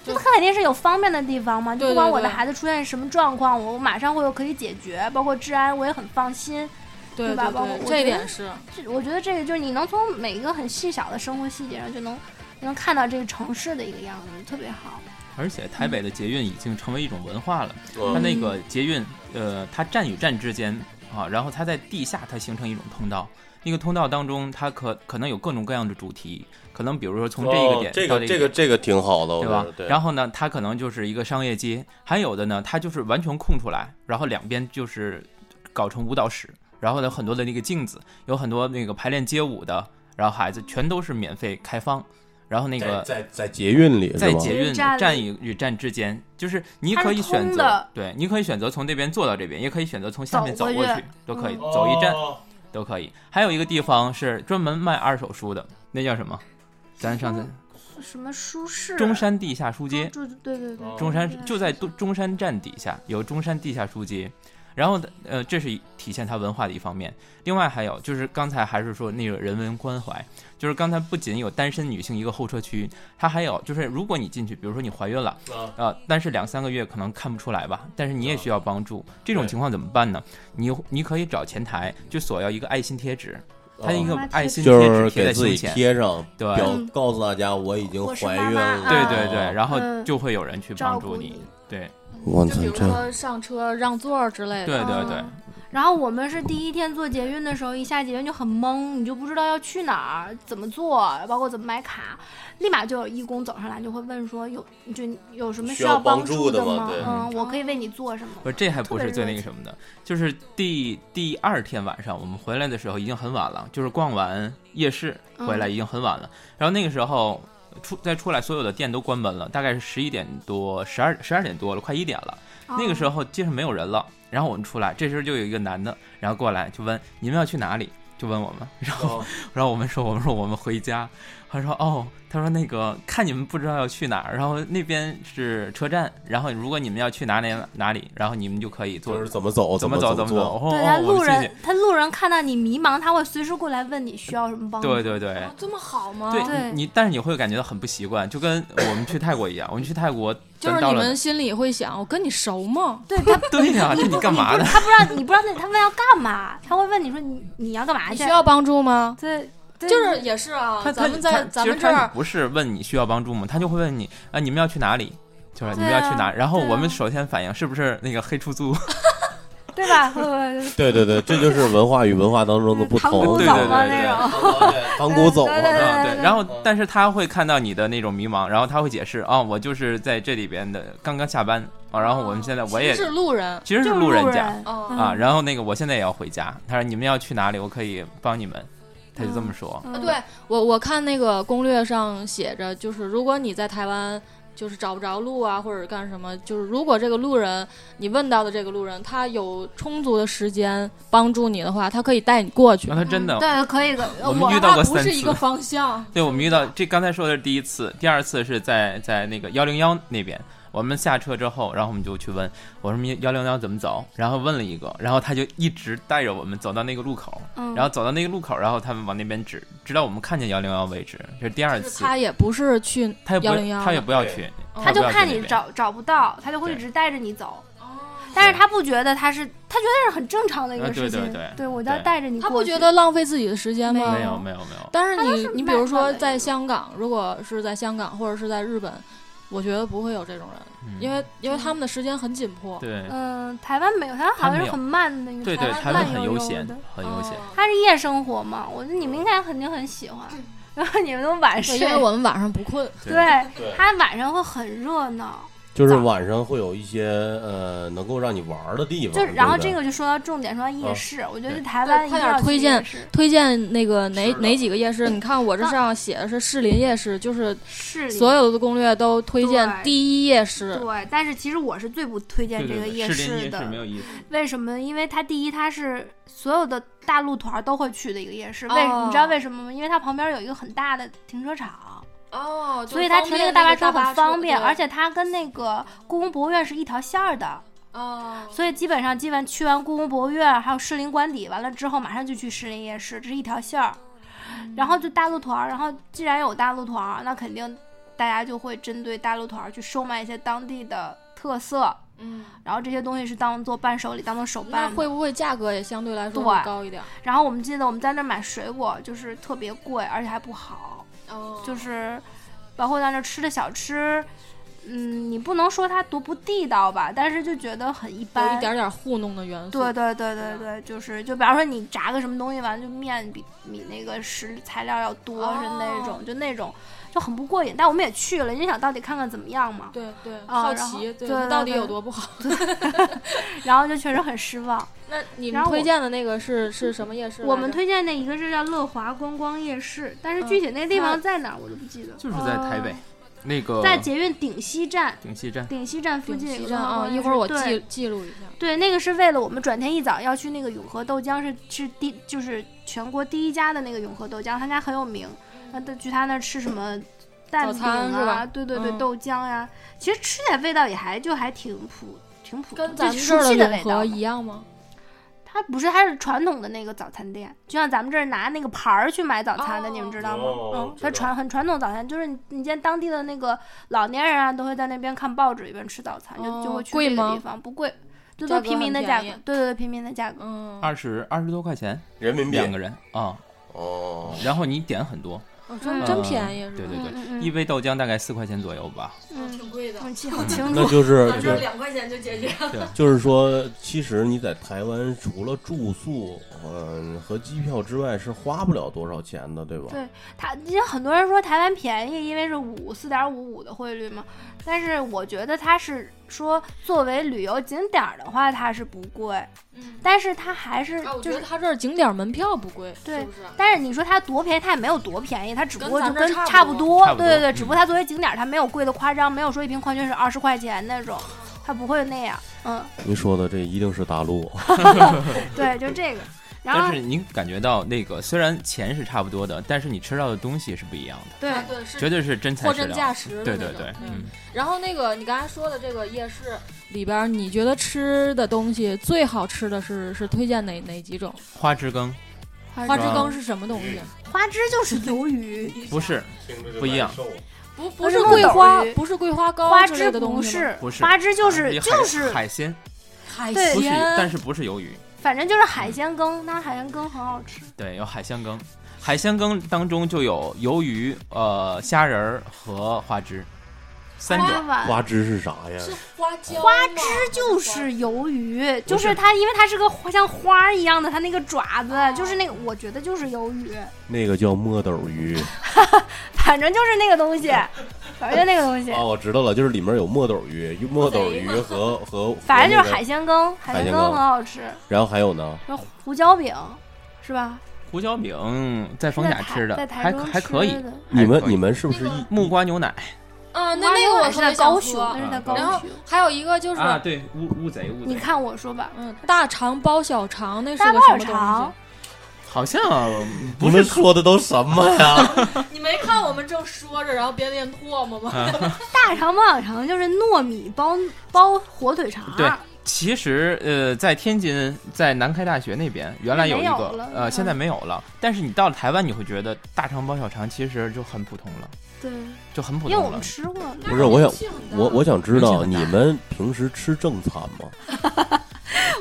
就对他肯定是有方便的地方嘛，就对不管对我的对孩子出现什么状况，我马上会有可以解决，包括治安我也很放心。对对吧包括对，我觉这得一点是嗯这我觉得这个就是你能从每一个很细小的生活细节上就能就能看到这个城市的一个样子，特别好。而且台北的捷运已经成为一种文化了。它嗯那个捷运，呃，它站与站之间啊，然后它在地下它形成一种通道，那个通道当中它可可能有各种各样的主题，可能比如说从这一个哦这点到个这这个点。这个挺好的，我对觉吧得？对。然后呢，它可能就是一个商业街，还有的呢，它就是完全空出来，然后两边就是搞成舞蹈室，然后呢，很多的那个镜子，有很多那个排练街舞的，然后孩子全都是免费开放，然后那个在在在捷运里在是吗？捷运站站与与站之间，就是你它是可以选通择的，对，你可以选择从这边坐到这边，也可以选择从下面走走过过去去，都可以，嗯走一站哦都可以。还有一个地方是专门卖二手书的，那叫什么？咱上次什么舒适？中山地下书街，住对对对，中对山就在中中山站底下有中山地下书街，然后呃，这是体现它文化的一方面。另外还有就是刚才还是说那个人文关怀，就是刚才不仅有单身女性一个候车区，它还有就是如果你进去，比如说你怀孕了，啊呃，但是两三个月可能看不出来吧，但是你也啊需要帮助。这种对情况怎么办呢？你你可以找前台就索要一个爱心贴纸，它一哦个妈妈贴爱心贴就纸是贴给在自己胸前，贴上，对表嗯告诉大家我已经我是怀妈孕妈了。啊对对对，然后嗯就会有人去照帮顾助你。对我就操比如这说上车让座儿之类对哦的。对对嗯，然后我们是第一天坐捷运的时候，一下捷运就很懵，你就不知道要去哪儿、怎么坐，包括怎么买卡，立马就有义工走上来，就会问说有就有什么需需要帮帮助的的吗对嗯，我可以为你做什么？不是，这还不特别是最热那个什么的，就是第第二天晚上我们回来的时候已经很晚了，就是逛完夜市回来已经很晚了。然后那个时候出再出来，所有的店都关门了，大概是十一点多、十二十二点多了，快一点了。哦那个时候候街上没有人了，然后我们出来，这时候就有一个男的，然后过来就问你们要去哪里，就问我们， 然后、哦然后我们说我们说我们回家，他说哦，他说那个看你们不知道要去哪儿，然后那边是车站，然后如果你们要去哪里哪里，然后你们就可以坐就是怎么走怎么走怎怎么做走，哦对哦他我路们谢人谢，他路人看到你迷茫，他会随时过来问你需要什么帮助。对对对。哦，这么好吗？对你，但是你会感觉到很不习惯，就跟我们去泰国一样，我们去泰国，就是到你了们心里会想，我跟你熟吗？对他 对呀、这你干嘛呢？他不知道你不知道他他问要干嘛，他会问你说你你要干嘛你去需？要帮助吗？对，对就是也是啊他，咱他们他在其咱实们这他儿，不是问你需要帮助吗？他就会问你啊，你们要去哪里？就是你们要去哪？对啊然后我对啊们首先反应是不是那个黑出租？对吧？会会对对对，这就是文化与文化当中的不唐古同走。对嘛对对那种。哦对唐古走对对对啊，然后嗯但是他会看到你的那种迷茫，然后他会解释啊，我就是在这里边的，刚刚下班啊，然后我们现在我也其实是路人。其实是就是路路人甲嗯，啊，然后那个我现在也要回家，他说你们要去哪里，我可以帮你们，他就这么说。嗯对我我看那个攻略上写着，就是如果你在台湾。就是找不着路啊，或者干什么？就是如果这个路人，你问到的这个路人，他有充足的时间帮助你的话，他可以带你过去然。后他真的，对，可以可以。嗯我们遇到过他不三是一次个。方向，对，我们遇到这刚才说的是第一次，第二次是在在那个幺零幺那边，我们下车之后，然后我们就去问我说幺零幺怎么走，然后问了一个，然后他就一直带着我们走到那个路口，嗯然后走到那个路口，然后他们往那边指，直到我们看见幺零幺为止。这是第二就是次，他也不是去他也不幺零幺，他也不要对去，他就哦不要去看那你边，找找不到，他就会一对直带着你走。但是他不觉得他是，他觉得是很正常的一啊个对事情。对对我就要对带着你过他去。不觉得浪费自己的时间吗？嗯没有没有没有，但是他都你是你比卖如卖说的在香港，如果是在香港或者是在日本，我觉得不会有这种人，嗯因为因为他们的时间很紧迫。对嗯、台湾没有，台湾好他像没是有很慢的一个。对对，台台湾湾慢很悠悠悠闲的，嗯很悠嗯闲。它是夜生活嘛，我觉得你们应该肯定很喜欢。 然后你们都晚睡对，因，为我们晚上不困，对哦对它晚上会很热闹。就是晚上会有一些呃能够让你玩儿的地方。就然后对这不对个就说到重点，说到夜啊市，我觉得哦对台湾一快定点要去推荐夜市推荐那个哪是的哪几个夜嗯市？你看我这上写的是士林夜市，就是市里所有的攻略都推荐对第一夜市。对，但是其实我是最不推荐对这对个对，夜士林市夜的，嗯市没有意思。为什么？因为它第一，它是所有的大陆团儿都会去的一个夜市。哦为什你知道为什么吗？因为它旁边有一个很大的停车场，哦，所以它停那个大巴车很方便，而且且它跟那个故宫博物院是一条线儿的。哦，所以基本上基本去完故宫博物院，还有士林官邸，完了之后马上就去士林夜市，这是一条线儿。然后就大陆团儿，然后既然有大陆团儿，那肯定大家就会针对大陆团儿去售卖一些当地的特色，嗯，然后这些东西是当做伴手礼，当做手那办的。会不会价格也相对来说对会高一点？然后我们记得我们在那儿买水果，就是特别贵，而且还不好，哦就是包括在那儿吃的小吃。嗯，你不能说它多不地道吧，但是就觉得很一有般，一点点糊弄的元素。对对对对吧对，就是就比方说你炸个什么东西完，就面比比那个食材料要多哦是那种，就那种就很不过瘾。但我们也去了，也想到底看看怎么样 嘛，对对，啊好然后奇，对对到底对有多不好？然后就确实很失望。那你们然后推我嗯荐的那个是是什么夜市来着？我们推荐那一个是叫乐华观光夜市，但是嗯具体那地它方在哪儿我就不记得，就是在台北哦那个在嗯捷运顶西站，顶西站，顶西站附顶近有西个站乐华啊，观一夜会儿市我对记记录一下。对，那个是为了我们转天一早要去那个永和豆浆，是是第就是全国第一家的那个永和豆浆，他家很有名。那都去他那儿吃什么蛋早饼餐是啊？吧对对对，嗯豆浆呀、其实吃起来味道也还就还挺普挺普通，跟就咱们这熟悉儿的的味永道和嘛。一样吗？它不是，它是传统的那个早餐店，就像咱们这儿拿那个盘儿去买早餐的，哦你们知道吗？哦嗯，知它道传很传统早餐，就是你你见当地的那个老年人啊，都会在那边看报纸，一边吃早餐，就就哦会去贵这个地吗方，不贵，就价都格平民很的便价格宜，对对对，平民的价格。嗯，二十二十多块钱人嗯民币两个人啊，哦，然后你点很多，哦真嗯真呃便宜是对吧？对对，嗯一杯豆浆大概四块钱左右吧。嗯嗯，贵的我记好清那楚。就是咱这儿两块钱就解决。就是说，其实你在台湾除了住宿，嗯、和机票之外，是花不了多少钱的，对吧？对他，因为很多人说台湾便宜，因为是五四点五五的汇率嘛。但是我觉得它是说作为旅游景点儿的话，它是不贵，嗯，但是它还是啊，就我觉是得，他这儿景点门票不贵，对是不是？但是你说它多便宜，它也没有多便宜，它只不过就跟咱跟这儿差差不不多，差不多对对对，嗯只不过它作为景点儿，它没有贵的夸张，没有说一瓶矿泉水二十块钱那种，它不会那样。嗯，您说的这一定是大 陆，对，就这个。然哎但后是你感觉到那个虽然钱是差不多的，但是你吃到的东西是不一样的， 对啊对是绝对是真材货实真料价。实的对那对种对，嗯嗯，然后那个你刚才说的这个夜市里边儿，你觉得吃的东西最好吃的是是推荐哪哪几种？花枝羹花枝嗯枝羹羹是什么东西？花枝就是鱿鱼， 不是听着就不一样难受不它不是是木桂耳花，鱼不是桂花糕花之枝类的不东西吗，是，不是啊花枝就是也海就是海鲜，海对不是，但鲜。是不是鱿鱼，反正就是海鲜羹，那海鲜羹很好吃。对，有海鲜羹。海鲜羹当中就有鱿鱼、呃虾仁儿和花枝，三种。碗花枝是啥呀？花椒，花枝就是鱿鱼，就不是是它，因为它是个花像花儿一样的，它那个爪子哦就是那个，我觉得就是鱿鱼，那个叫墨斗鱼反正就是那个东西，反正就那个东西，啊，我知道了，就是里面有墨斗鱼、墨斗 鱼和和，反正就和那是个海，鲜羹，海海鲜鲜羹羹很好吃，然后还有呢，然后胡椒饼是吧？哦胡椒饼在是逢在甲台吃的，在还台可中还可以吃。的你们还可以你们是不是一木瓜牛奶啊，那哇那个我是特在别高想雄，喝那。是在高嗯然后雄。还有一个就是，啊？对，乌乌贼乌你贼，看我说吧，嗯，大肠包小肠，那是大个包什小么肠东，好像你不们是说的都什么 呀？西？你没看我们正说着，然后别人唾沫吗？大肠包小肠就是糯米包包火腿肠，对其实，呃，在天津，在南开大学那边，原来有一没有个了，呃，嗯现在没有了。但是你到了台湾，你会觉得大肠包小肠其实就很普通了，对，就很普因为我通了们。吃过了。不是我想性的我我想知道人你性们平时吃正餐吗？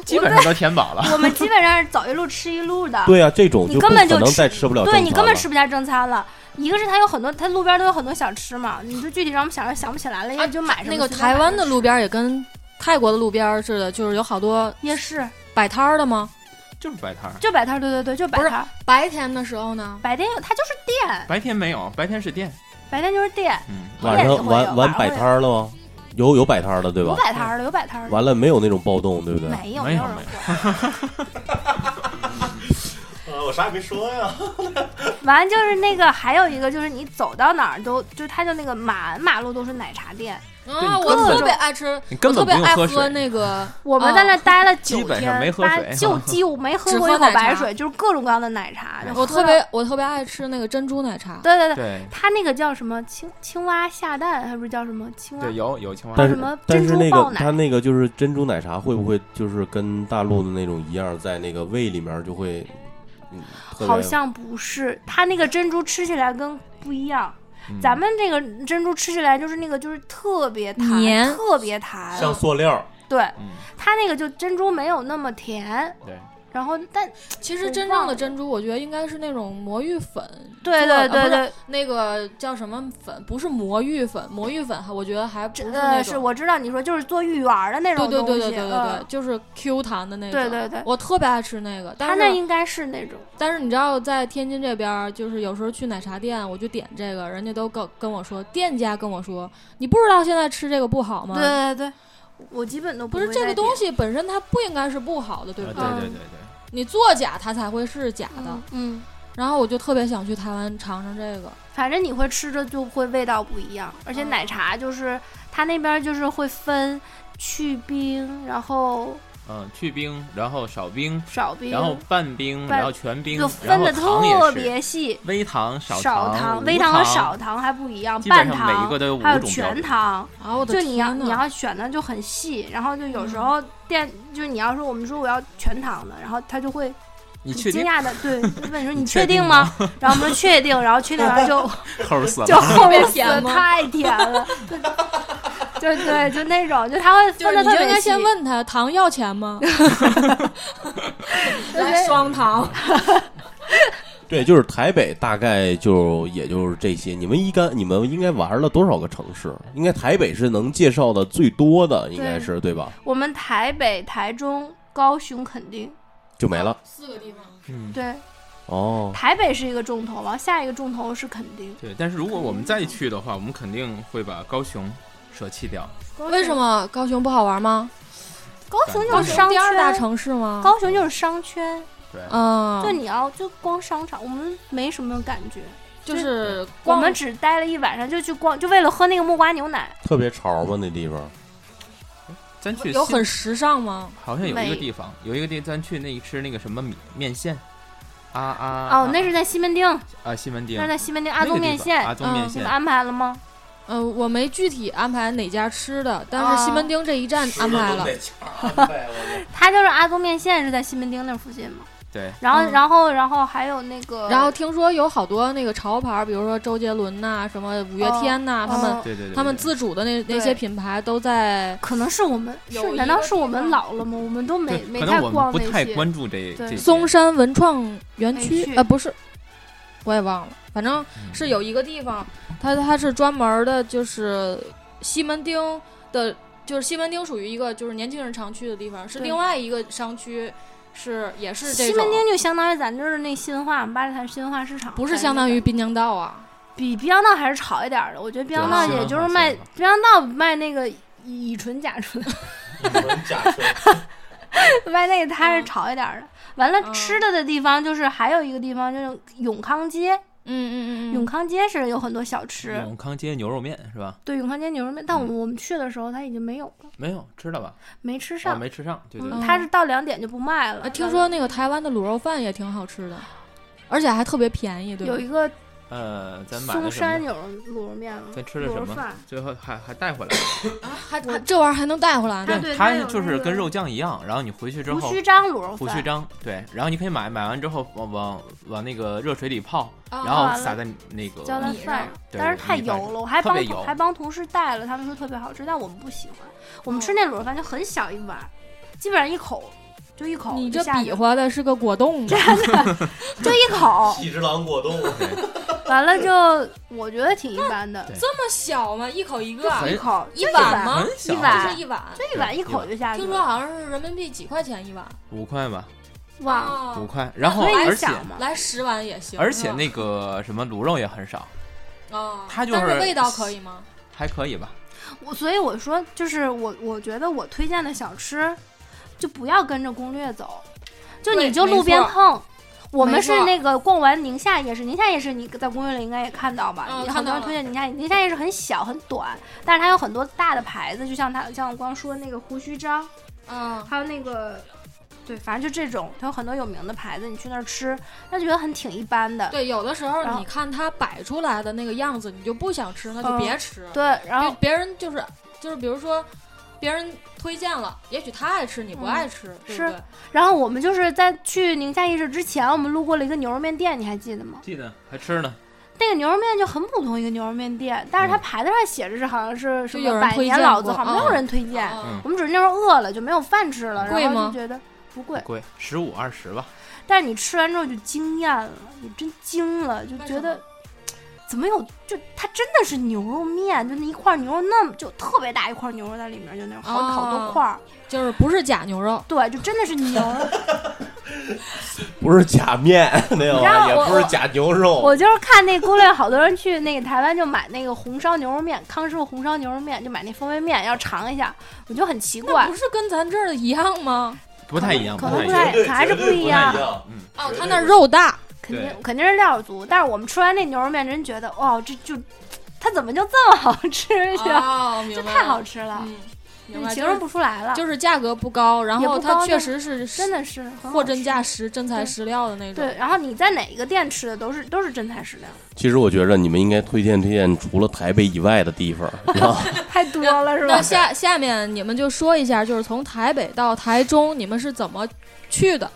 基本上都填饱了。我们基本上是走一路吃一路的，对呀、啊这种啊你就不根本可就能吃再吃不了正对餐你根本了吃不下正餐了。一个是它有很多，它路边都有很多小吃嘛，你就具体让我们想着想不起来了，因为就买什么随啊那便买个台湾的路边儿也跟泰国的路边儿似的，就是有好多夜市摆摊儿的吗？就是摆摊儿，就摆摊儿，对对对，就摆不是摊儿。白天的时候呢，白天有它就是店，白天没有，白天是店。白天就是店，嗯，晚夜里上会有晚晚摆摊儿了吗？有有摆摊儿的对有吧？摆摊儿的，有摆摊儿的，完了没有那种暴动，对不对？没有没有有人没会。啊，我啥也没说呀。完就是那个还有一个就是你走到哪儿都就它就那个满马路都是奶茶店，啊，你我根本特就别爱吃，你我根特本不别用爱喝喝水，那个我们在那待了九基本上天，没喝水八 就几乎没喝哦只过喝一口奶白茶水，就是各种各样的奶茶。就喝我特到别我特别爱吃那个珍珠奶茶，对对对，对它那个叫什么青青蛙下蛋，还不是叫什么青蛙？对，有有青蛙，但什是么但珍是珠那爆个奶它那个就是珍珠奶茶，会不会就是跟大陆的那种一样，在那个胃里面就会，嗯，特别好像不是，它那个珍珠吃起来跟不一样。嗯咱们这个珍珠吃起来就是那个就是特别弹，黏特别弹。像塑料。对，嗯它那个就珍珠没有那么甜，对，然后但其实真正的珍珠，我觉得应该是那种魔芋粉做对的，对对啊，对，不是那个叫什么粉，不是魔芋粉，魔芋粉还我觉得还不这是呃那是种，我知道你说就是做芋圆儿的那对种对东西，对对对对对嗯，就是 Q 弹的那种，对对对，我特别爱吃那个，它但那是应该是那种。但是你知道，在天津这边儿，就是有时候去奶茶店，我就点这个，人家都跟跟我说，店家跟我说，你不知道现在吃这个不好吗？对对对，我基本都不会是这再个东点西本身它不应该是不好的，对啊不对嗯对对对，你作假它才会是假的。嗯嗯，然后我就特别想去台湾尝尝这个，反正你会吃着就会味道不一样，而且嗯奶茶就是它那边就是会分去冰，然后嗯，去冰，然后少冰，少冰，然后半冰，半然后全冰，就分然后的糖也特是别细，微糖、少少糖、无微糖和少，糖还不一样，基半本上每一糖个都有五还有种标全准。糖，然啊后我的就你要天呐嗯你要选的就很细，然后就有时候店就是你要说我们说我要全糖的，然后他就会你很确惊定讶的对就 问你说你你确确定定吗？然后我们说确定，然后确定完就。 齁死就了？后面死甜吗太甜了，就就对，就那种，就他会就分的是你就特应该别细先，问他糖要 钱吗？来双糖，对，就是台北大概就也就是这些。你们应该你们应该玩了多少个城市？应该台北是能介绍的最多的，应该是对吧？我们台北、台中、高雄肯定就没了四个地方，嗯，对，哦。台北是一个重头，往下一个重头是肯定。对。但是如果我们再去的话，我们肯定会把高雄舍弃掉。为什？么高雄不好玩吗？高雄就高是雄商第二大圈，城市吗？高雄就是商圈，对，嗯，就你要就光商场，我们没什么感觉，就是我光们只待了一晚上，就去逛，就为了喝那个木瓜牛奶，特别潮吗？那地方咱去有新很时尚吗？好像有一个美地方，有一个地，咱去那个吃那个什么米面线，啊啊哦啊，那是在西门町，啊西门町那是在西门町那阿个宗地面方线阿，宗面嗯你线们，安排了吗？嗯、我没具体安排哪家吃的，但是啊西门町这一站安 排了。他就是阿宗面线是在西门町那附近嘛，对，然后、嗯然后然后还有那个，然后听说有好多那个潮牌，比如说周杰伦呐、什么五月天呐、哦他们、哦对对对，他们对自主的那那对些品牌都在。可能是我们有是一个难道是我地们方老了吗？我们都没对没可太能我们逛不那太些。关注这对这松山文创园没区去呃不是，我也忘了，反正是有一个地方，它它是专门的，就是西门町的，就是西门町属于一个就是年轻人常去的地方，是对另外一个商区，是也是这西种门，町就相当于咱这儿的那新文化八里台新文化市场，不是相当于滨江道啊，比滨江道还是潮一点儿的。我觉得滨江对道新也文就化是新卖文化滨江道卖那个乙醇甲醇， 假卖那个它是嗯潮一点儿的。完了嗯吃的的地方就是还有一个地方就是永康街，嗯嗯嗯永嗯，康街是有很多小吃，永康街牛肉面是吧？对永康街牛肉面，但我嗯们我们去的时候它已经没有了，没有吃了吧？没吃哦，上。没吃上，对对嗯，对，它是到两点就不卖了啊。听说那个台湾的卤肉饭也挺好吃的，而且还特别便宜，对吧有？一个呃，咱嗯买松了山什么？牛肉卤肉面了，咱吃了卤什肉么饭？最后还还带回来了。还还这玩意儿还能带回来啊呢？对它它有就是那个跟肉酱一样，然后你回去之胡后须章卤肉胡须饭，章，对，然后你可以买，买完之后往往往那个热水里泡，啊然后撒在那个浇在米饭上上，对但是太米油饭了，我还特帮别同油还帮同事带了，他们说特别好吃，但我们不喜欢。我嗯们吃那卤肉饭就很小一碗，基本上一口就一口，你就这下去比划的是个果冻吧？就一口，喜之郎果冻，完了就我觉得挺一般的，对这么小吗？一口一个就很一口一就碗吗碗很一小碗一碗。就一碗对一口一就下去听了，说好像是人民币几块钱一碗，五块吧，忘了，五哦，块，然后所以你而且想嗯嘛，来十碗也行。嗯而是且吧那个什么卤肉也很少，哦，它就是但是味道可以吗？还可以吧？我所以我说，就是我我觉得我推荐的小吃，就不要跟着攻略走，就对你就路边没错碰。我们是没错那个逛完宁夏夜市，宁夏夜市你在攻略里应该也看到吧？嗯也看很多到人了推荐宁夏夜，宁夏夜市很小很短，但是它有很多大的牌子，就像它像我刚说的那个胡须章，嗯，还有那个，对，反正就这种，它有很多有名的牌子，你去那儿吃，那就觉得很挺一般的。对，有的时候然后你看它摆出来的那个样子，你就不想吃，那就嗯别吃。对，然后别别人就是就是，比如说别人推荐了，也许他爱吃，你不嗯爱吃，对不是对？然后我们就是在去宁夏夜市之前，我们路过了一个牛肉面店，你还记得吗？记得还吃呢，那个牛肉面就很普通一个牛肉面店，但是它嗯牌子上写着是好像是什就有么人百推年荐老字过号，嗯没有人推荐。嗯我们只是那时候饿了就没有饭吃了，贵然后吗就觉得不贵，贵十五二十吧。但是你吃完之后就惊艳了，你真惊了，就觉得怎么有就它真的是牛肉面，就那一块牛肉那么就特别大一块牛肉在里面，就那种好、好多哦块儿，就是不是假牛肉，对，就 真的是牛肉不是假面，那个然后也我不是假牛肉，我就是看那攻略，好多人去那个台湾就买那个红烧牛肉面，康师傅红烧牛肉面，就买那方便面，要尝一下，我就很奇那怪不，是跟咱这儿的一样吗？不太一样，可太能一不样，太绝对还是绝不对一不样太一样。嗯，哦，绝他对那不肉大，肯对定肯定是料足。但是我们吃完那牛肉面，真觉得哇，这就它怎么就这么好吃呀？哦，明这白了，太好吃了，嗯，明你白，形就是容不出来了，就是价格不高，然啊也后不高它确但实是真的是很好货真价吃。实、真材对实料的那种。对，然后你在哪个店吃的都是都是真材实料，其实我觉着你们应该推荐推荐除了台北以外的地方， 然后太多了是那吧？下下面你们就说一下，就是从台北到台中，你们是怎么去的？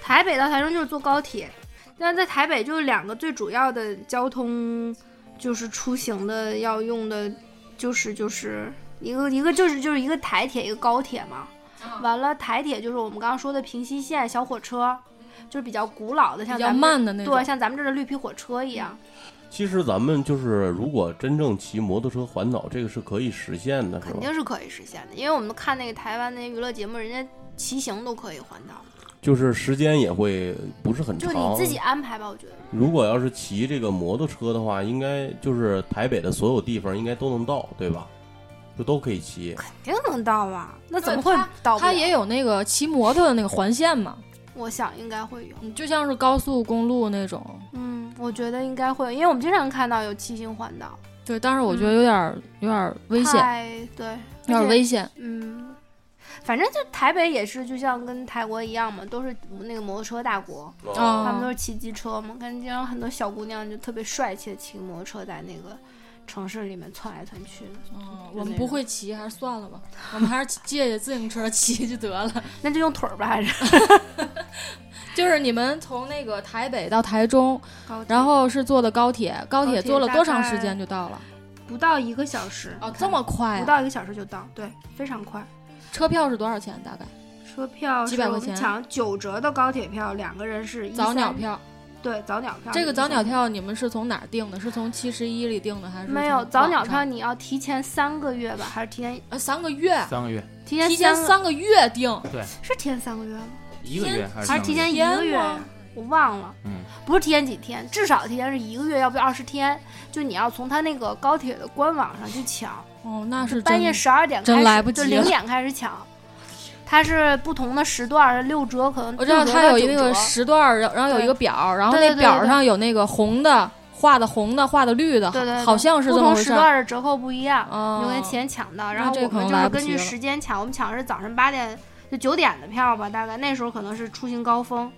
台北到台中就是坐高铁，但在台北就是两个最主要的交通，就是出行的要用的，就是就是一个一个就是就是一个台铁一个高铁嘛。啊完了，台铁就是我们刚刚说的平西线小火车，就是比较古老的，像比较咱们慢的那种嗯对，像咱们这儿的绿皮火车一样，其实咱们就是如果真正骑摩托车环岛，这个是可以实现的，是肯吧？定是可以实现的。因为我们看那个台湾那些娱乐节目，人家骑行都可以环岛，就是时间也会不是很就长。你自己安排吧，我觉得。如果要是骑这个摩托车的话，应该就是台北的所有地方应该都能到，对吧？就都可以骑。肯定能到啊，那怎么对会它到不它了也有那个骑摩托的那个环线嘛，我想应该会有。嗯就像是高速公路那种。嗯，我觉得应该会，因为我们经常看到有骑行环岛，对，但是我觉得有点儿、有点儿危险，太对，有嗯点而儿且危险。嗯，反正就台北也是，就像跟泰国一样嘛，都是那个摩托车大国，哦他们都是骑机车嘛，看经常很多小姑娘就特别帅气的骑摩托车在那个城市里面窜来窜去的，嗯，就我们那不种会骑，还是算了吧。我们还是借借自行车骑就得了。 那就用腿儿吧，还是就是你们从那个台北到台中，高铁然后是坐的高铁，高高铁铁坐了大多长概时间就到了？不到一个小时哦，看这么快、不啊？到一个小时就到，对，非常快。车票是多少钱？大概车票几是百我块们钱啊抢九折的高铁票，两个人是早鸟13，票。对早鸟票，这个13早鸟票你们是从哪儿订的？是从七十一里订的还是没有从早网鸟票，上？你要提前三个月吧，还是提前呃，三个月，三个月，提前提前个三个月订。是提前三个月吗？一个月还是还是提前一天个月吗？我忘了，嗯，不是提前几天，至少提前是一个月，要不就二十天。就你要从他那个高铁的官网上去抢，哦，那是半真夜十二点开真始，来不及就零了点开始抢。它是不同的时段，六折可能我知道六折它到有一九那个折时段儿，然后然后有一对个表儿，然后对那对表儿对上有那个红的、画的红的、画的绿的，对对对好像是不这么同回时事儿。段的折扣不一样，哦你就跟提前抢到。然那后这我可们能就来是不根及据了时间抢，我们抢的是早上八点就九点的票吧，大概那时候可能是出行高峰。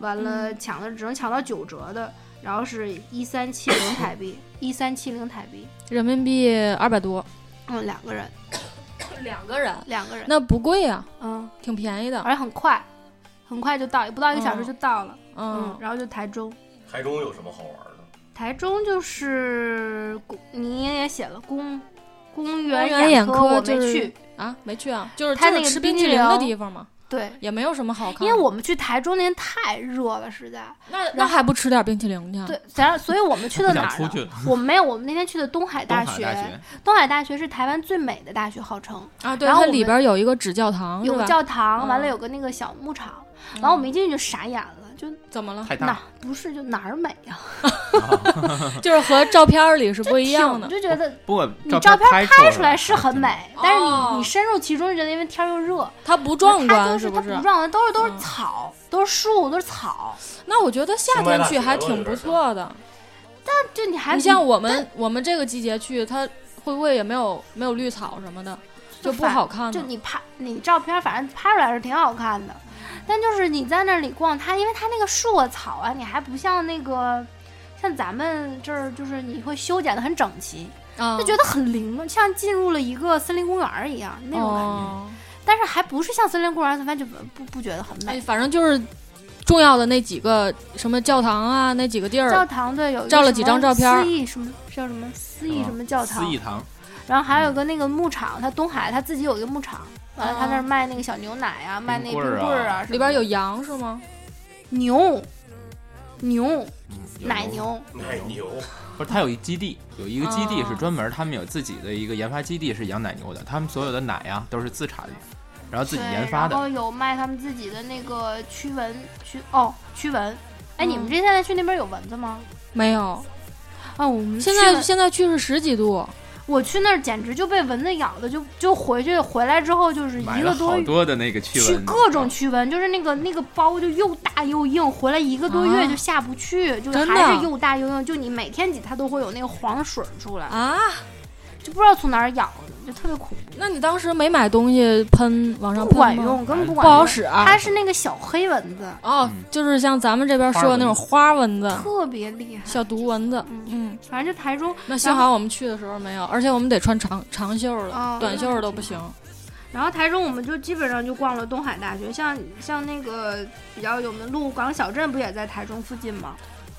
完了嗯抢的只能抢到九折的，然后是一三七零台币，一三七零台币，人民币二百多，嗯，两个人，两个人，两个人，那不贵呀、嗯，挺便宜的。而且很快，很快就到，不到一个小时就到了，嗯嗯，，然后就台中。台中有什么好玩的？台中就是公，你也写了公公公园园眼科我就没是去，啊，没去啊，就是它那就是个吃冰冰激淇淋的凌地方嘛，对，也没有什么好看的。因为我们去台中那天太热了，实在。那那还不吃点冰淇淋去啊？对，然后所以我们去的不哪想儿出呢？去了。我们没有，我们那天去的东海大东海学。大学，东海大学是台湾最美的大学，号称啊，对，然后它我里们边有一个纸教堂，有个哦是吧？教堂，完了嗯有个那个小牧场，然后我们一进去就傻眼了，就怎么 了？太哪大，不是就哪儿美啊？就是和照片儿里是不一样的就。就觉得不过你照片拍拍出来是嗯很美，但是你哦你深入其中就觉得因为天儿又热，它不壮它观，都是它不不是？壮观，都是都是嗯草，都是树，都是草。那我觉得夏天去还挺不错的。这你还你像我们我们这个季节去，它会不会也没有没有绿草什么的，就不反好看就呢？你拍你照片，反正拍出来是挺好看的，但就是你在那里逛它，因为它那个树啊草啊，你还不像那个像咱们这儿，就是你会修剪的很整齐，啊，就觉得很灵，像进入了一个森林公园儿一样那种感觉。哦但是还不是像森林公园儿，咱们就不不不觉得很哎，美。反正就是重要的那几个什么教堂啊，那几个地教儿，堂对有一个照了什几么张照片儿思义什么叫什么思义啊什么教堂四，亿堂，然后还嗯有个那个牧场，他东海他自己有一个牧场，完了他那儿哦卖那个小牛奶啊，卖那冰冰棍儿啊棍儿啊什么的，里边有羊是吗？牛，牛有奶牛，奶牛，不是，它有一基地，有一个基地哦是专门他们有自己的一个研发基地是养奶牛的，他们所有的奶呀、都是自产的，然后自己对研发然后的。有卖他们自己的那个驱蚊驱哦驱蚊。哎，你们嗯这现在去那边有蚊子吗？没有，啊，我们现去在了现在去是十几度，我去那儿简直就被蚊子咬的，就就回去回来之后就是买一了个好月。多的那个驱去蚊，各种驱蚊，就是那个那个包就又大又硬，回来一个多月啊就下不去，就是真的还是又大又硬，就你每天挤它都会有那个黄水出来，啊。就不知道从哪儿咬的，就特别恐怖，那你当时没买东西喷往上不喷管吗，用，根本不不管用。好使啊。它是那个小黑蚊子，哦嗯，就是像咱们这边说的那种花蚊子、特别厉害。小毒蚊子。嗯嗯，反正就台中，那幸好我们去的时候没有，而且我们得穿长长袖儿哦了，短袖儿都不行。然后台中我们就基本上就逛了东海大学，像像那个比较有名的鹿港小镇，不也在台中附近吗？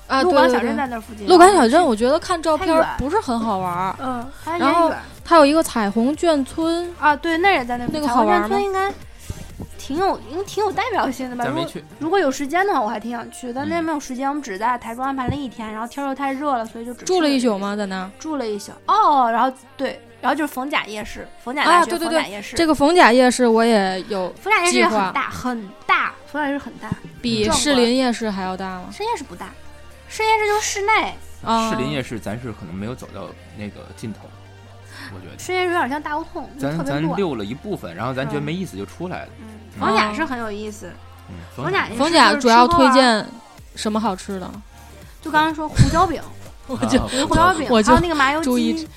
啊，鹿对港对小对镇在那附近。鹿港小镇，，我觉得看照片太儿远不是很好玩儿。嗯，还有然后点远它有一个彩虹眷村，啊，对，那也在那附近那个好玩台吗中镇村应该挺有，应该挺有代表性的吧？咱如没果去，如果有时间的话，我还挺想去，但那天嗯没有时间，我们只在台中安排了一天，然后天儿又太热了，所以就只住了一去宿吗？在那儿？住了一宿。哦，然后对，然后就是逢甲夜市，逢甲啊大学，对对逢甲对夜市这个逢甲夜市我也有，福甲夜市也计划很大很大，福甲夜市很大，比壮士观林夜市还要大吗？深夜市不大，深夜市就是室内，嗯啊，士林夜市咱是可能没有走到那个尽头，我觉得。深夜市有点像大胡同，就特咱别咱乱。溜了一部分，然后咱觉得没意思就出来了。嗯，嗯逢甲是很有意思，嗯，逢甲也是逢甲就是主要吃喝推玩儿，荐什么好吃的？就刚才说胡椒饼，我啊就胡椒饼，我就还有那个麻油注意鸡。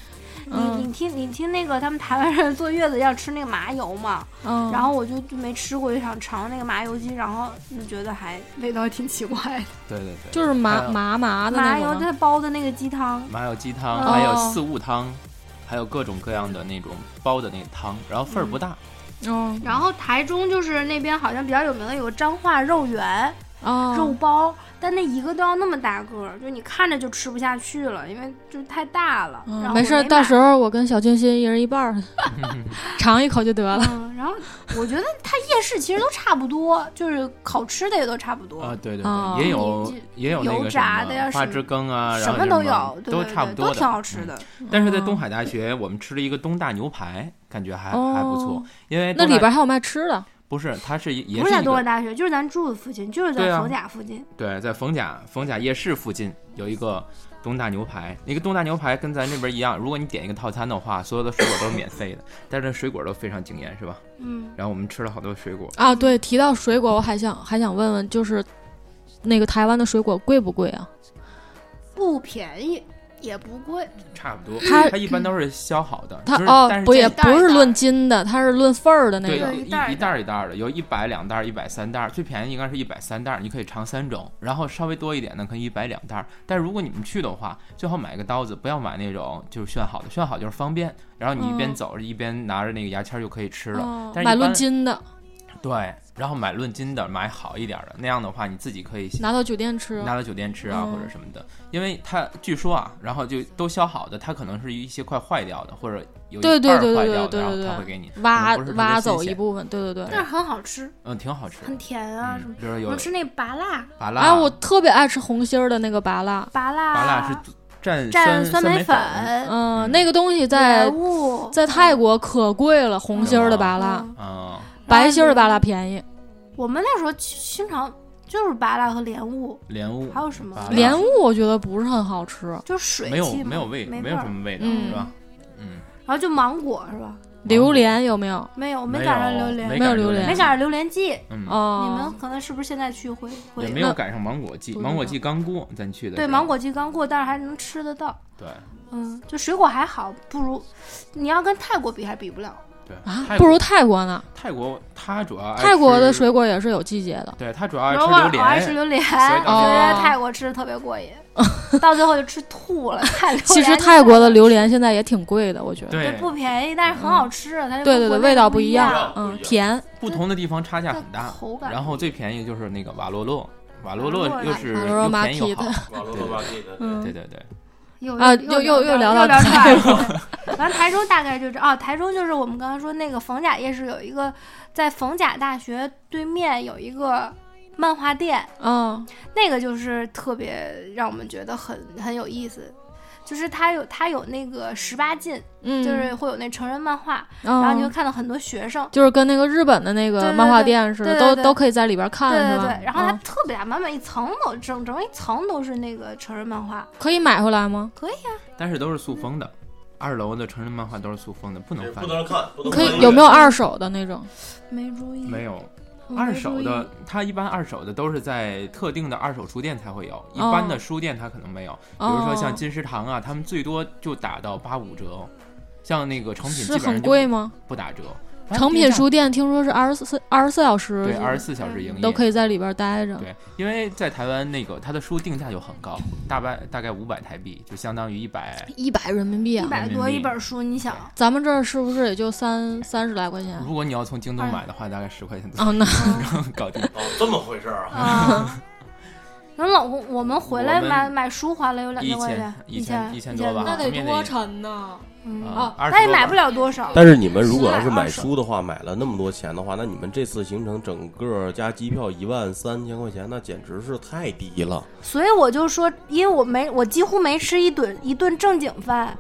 你嗯你听你听那个他们台湾人坐月子要吃那个麻油嘛， 嗯，然后我就就没吃过，就想尝那个麻油鸡，然后就觉得还味道还挺奇怪的。对对对，就是还麻有麻麻的麻那油种吗。它包啊的那个鸡汤，麻油鸡汤，哦还有四物汤，还有各种各样的那种包的那个汤，然后份儿不大。嗯然后台中就是那边好像比较有名的有个彰化肉圆，啊，肉包，但那一个都要那么大个儿，就你看着就吃不下去了，因为就太大了。然后嗯，我没没事儿，到时候我跟小清新一人一半 儿，尝一口就得买了。嗯，然后我觉得它夜市其实都差不多，就是烤吃的也都差不多，啊，对对哦对，也有嗯你也有那油个什炸的呀么花枝羹啊，然什后么都有有，，对都对差不对多都挺好的。嗯吃的。嗯但是在东海大学，我们吃了一个东大牛排，感觉还还不错哦，因为那东里大边还有卖吃的，不是，它是也不是是在一东海个大学，就是咱住的附近，就是对在啊逢甲附近。对，在逢甲逢甲夜市附近有一个东大牛排，那个东大牛排跟咱这边一样，如果你点一个套餐的话，所有的水果都是免费的，但是那水果都非常惊艳，是吧？嗯，然后我们吃了好多水果，啊，对，提到水果，我还想还想问问，就是那个台湾的水果贵不贵啊？不便宜，也不贵。差不多，它它一般都是削好的，它就是哦但，是不这也一袋儿不一是袋儿论斤的，它是论份儿的那对，种。一一袋儿一一袋儿一袋儿的，有一百、两袋儿、一百、三袋儿，最便宜应该是一百三袋儿，你可以尝三种，然后稍微多一点的可以一百两袋儿。但如果你们去的话，最好买个刀子，不要买那种就是炫好的，炫好就是方便，然后你一边嗯走着一边拿着那个牙签儿就可以吃了。哦但是一买论般斤的，对，然后买论斤的，买好一点儿的，那样的话你自己可以拿到酒店吃。拿到酒店吃啊，嗯或者什么的，因为它据说啊，然后就都削好的，它可能是一些快坏掉的，或者有一对对半儿对对坏对掉对的，然对后它对会给你，挖可能不是特别挖新走鲜一部分，对哎对对。但是很好吃，嗯，挺好吃的很，甜啊什么嗯。，比如说我有吃啊那拔辣，拔辣，哎，我特别爱吃红心儿的那个拔辣，拔辣，拔辣是蘸啊蘸酸梅梅粉，嗯，嗯那个东西在莲雾，在泰国可贵了，红心儿的拔辣，嗯嗯，白心儿的拔辣。便宜。我们那时候去经常就是拔辣和莲雾，莲雾还有什么拔辣莲雾我觉得不是很好吃，就是水没有气嘛没有味，没没有味儿什么味道，嗯是吧？嗯，然后就芒果是吧？榴莲有没有？没有，没没赶上榴莲，没有有榴没莲赶上榴莲季。嗯，哦，你们可能是不是现在去会会也没有赶上芒果季，不知道芒果季刚过，咱去的对时候芒果季刚过，但是还能吃得到。对嗯，就水果还好，不如你要跟泰国比还比不了。对啊泰，不国如泰国呢。泰国，它主要爱泰国的吃，水果也是有季节的。对它主要爱然后我吃榴爱吃莲，榴莲，我到觉得哦泰国吃的特别过瘾，到最后就吃吐了。泰榴其实莲泰国的榴莲现在也挺贵的，我觉得。对对不便宜，但是很好吃，它就对对跟国对，内味道不不一样样，，不一啊嗯，样甜。不同的地方差价很但大。口感。然后最便宜就是那个瓦洛洛，瓦洛瓦洛洛洛又是瓦洛洛又便宜又 market 好，网络对的吧，你的嗯对对对，又啊又又又聊聊又到聊泰国。 完，台州大概就是哦，台州就是我们刚刚说那个逢甲夜市有一个，在逢甲大学对面有一个漫画店，嗯，那个就是特别让我们觉得很很有意思，就是它有它有那个十八禁，嗯，就是会有那成人漫画，嗯，然然后你就看到很多学生。就是跟那个日本的那对个对漫画店似对的，对都对都可以在里边对看，对是吧？对，然后它嗯特别大，满满一层都整整一层都是那个成人漫画，可以买回来吗？但是都是塑封的，二楼的成人漫画都是塑封的，不能对翻不，能看，不能可看以有没有二手的那种？没注意，没有。我没二手注的意，它一般二手的都是在特定的二手书店才会有，一哦般的书店它可能没有。比比如说像金石堂啊，他们最多就打到八五折，哦像那个成品基是本上很就贵吗？不打折。哦成品书店听说是二十四二十四小时，对二十四小时营业都可以在里边待着。对，因为在台湾那个它的书定价就很高，大概大概五百台币，就相当于一百。一百人民币一啊，百多一本书，你想，咱们这儿是不是也就三三十来块钱？如果你要从京东买的话，大概十块钱左啊，那右搞定。哦，这么回事儿啊？啊，然后老公，我们回来我们买买书花了有两一千块千钱，一千千一千多吧，那后面多沉呐！嗯，啊哦，二十但也多买本不了多少。但是你们如果要是是买买二手书的话，买了那么多钱的话，那你们这次行程整个加机票一万三千块钱，那简直是太低了。所以我就说，因为我没，我几乎没吃一顿一顿正经饭，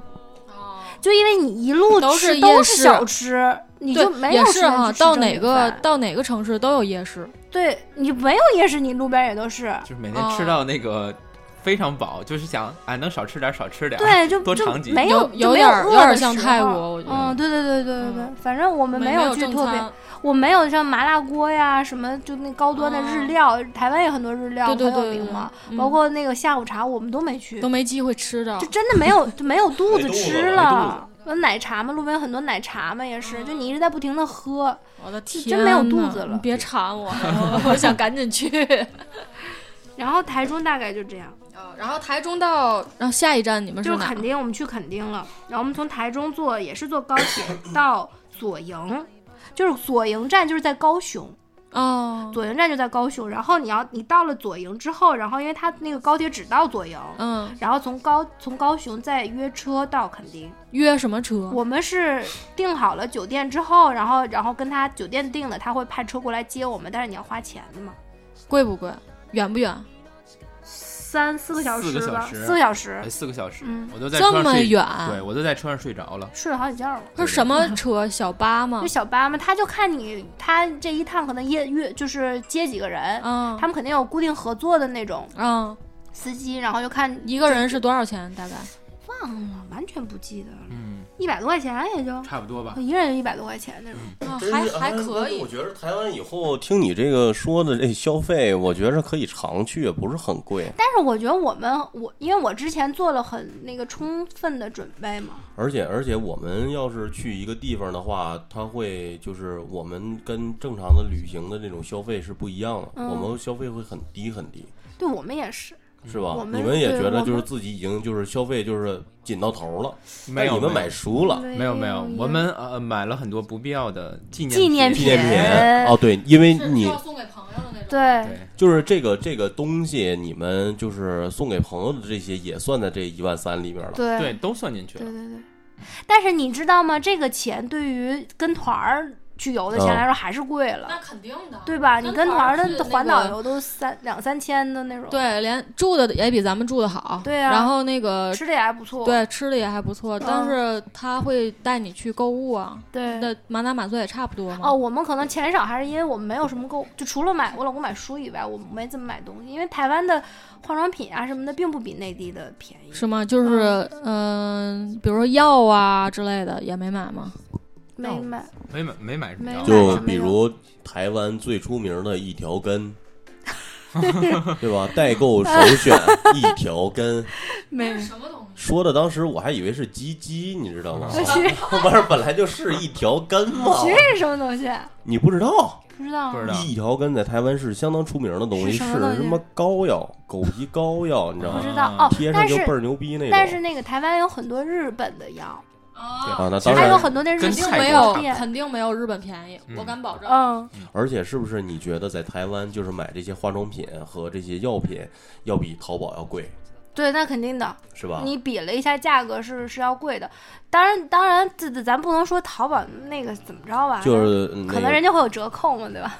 就因为你一路都吃是都夜是市小吃，你对就，没也有时是间哈，去吃到正哪经个饭到哪个城市都有夜市。对你没有夜市，你路边也都是，就是每天哦吃到那个非常饱，就是想哎能少吃点儿少吃点儿。对，就多就尝几没有有就有没点儿饿有点的儿像时泰候国，我觉得嗯，对对对对对对嗯，反正我们没有有去正特别餐，我没有像麻辣锅呀，什么就那高端的日料，台湾有很多日料啊对对很对有对名嘛，嗯包括那个下午茶我们都没去，都没机会吃着就。真的没有就没有肚没子肚子吃了没了。有奶茶嘛，路边有很多奶茶嘛，也嗯是，就你一直在不停的喝，我的就天，真没有肚子了你别 馋我，我我想赶紧去。然后台中大概就这样，然后台中到，然后下一站你们就是是哪垦？丁，我们去垦丁了，然后我们从台中坐也是坐高铁到左营，就是左营站就是在高雄，哦，左营站就在高雄，然后你要你到了左营之后，然后因为它那个高铁只到左营，嗯，然后从高从高雄再约车到垦丁。约什么车？我们是订好了酒店之后，然后然后跟他酒店订的，他会派车过来接我们，但是你要花钱的嘛，贵不贵？远不远？三四个小时四个吧，小时四个小时哎，，四个小时嗯，我都在车这上么睡，远？啊对我都在车上睡着了。睡了好几觉了。是什么车？小巴吗就？小巴嘛，他就看你，他这一趟可能约约就是接几个人，嗯，他们肯定有固定合作的那种嗯，司机，然后就看一个人是多少钱？大概？忘了，完全不记得了，嗯，一百多块钱也就，差不多吧我。一个人就一百多块钱那种。啊真还是哎还可我以。觉得台湾以后听你这个说的这消费，我觉着可以常去，也不是很贵。但是我觉得我们我因为我之前做了很那个充分的准备嘛，而且而且我们要是去一个地方的话，它会就是我们跟正常的旅行的那种消费是不一样的，嗯我们消费会很低很低，对我们也是，是吧我？们你们也对觉我得们就是自己已经就是消费就是紧到头了，嗯没但有你们没有买书了。没有没有，我们呃买了很多不必要的纪念纪念纪品念品哦，对，因为你送给朋友的那种。对对，就是这个这个东西，你们就是送给朋友的这些也算在这一万三里边了。对对，都算进去对了。对对。但是你知道吗？这个钱对于跟团儿去游的钱嗯来说还是贵了，肯定的对吧？你跟跟团团儿儿去那的环岛个游都三两三千的那种，，对，连住的也比咱们住的好。对啊然后那个吃的也还不错，对吃的也还不错，但是他会带你去购物啊。对那满打满算也差不多嘛。哦，，我们可能钱少，还是因为我们没有什么购，就除了买我老公买书以外，我没怎么买东西，因为台湾的化妆品啊什么的，并不比内地的便宜。嗯是吗？就是嗯、比如说药啊之类的也没买吗？没买，没买没买什么没药，买就什么比如台湾最出名的一条根，对吧？ 代购首选一条根， 没什么东西？说的当时我还以为是鸡鸡，你知道 吗？后边本来就是一条根嘛，其实是什么东西？你哦不知道？不知道不知道一条根在台湾是相当出名的东西，是是什么东西什么膏药、狗皮膏药，你知道不吗？知道啊哦贴，上但就是倍儿牛逼那种。但是那个台湾有很多日本的药，啊，啊，那其实当还有然，很多那日跟肯定本泰没药有，店，肯定没有日本便宜，嗯我敢保证。嗯，而且是不是你觉得在台湾就是买这些化妆品和这些药品要比淘宝要贵，对，那肯定的。是吧？你比了一下价格是是要贵的，当然当然，这这咱不能说淘宝那个怎么着吧，就是那哎可能个人家会有折扣嘛， 对吧？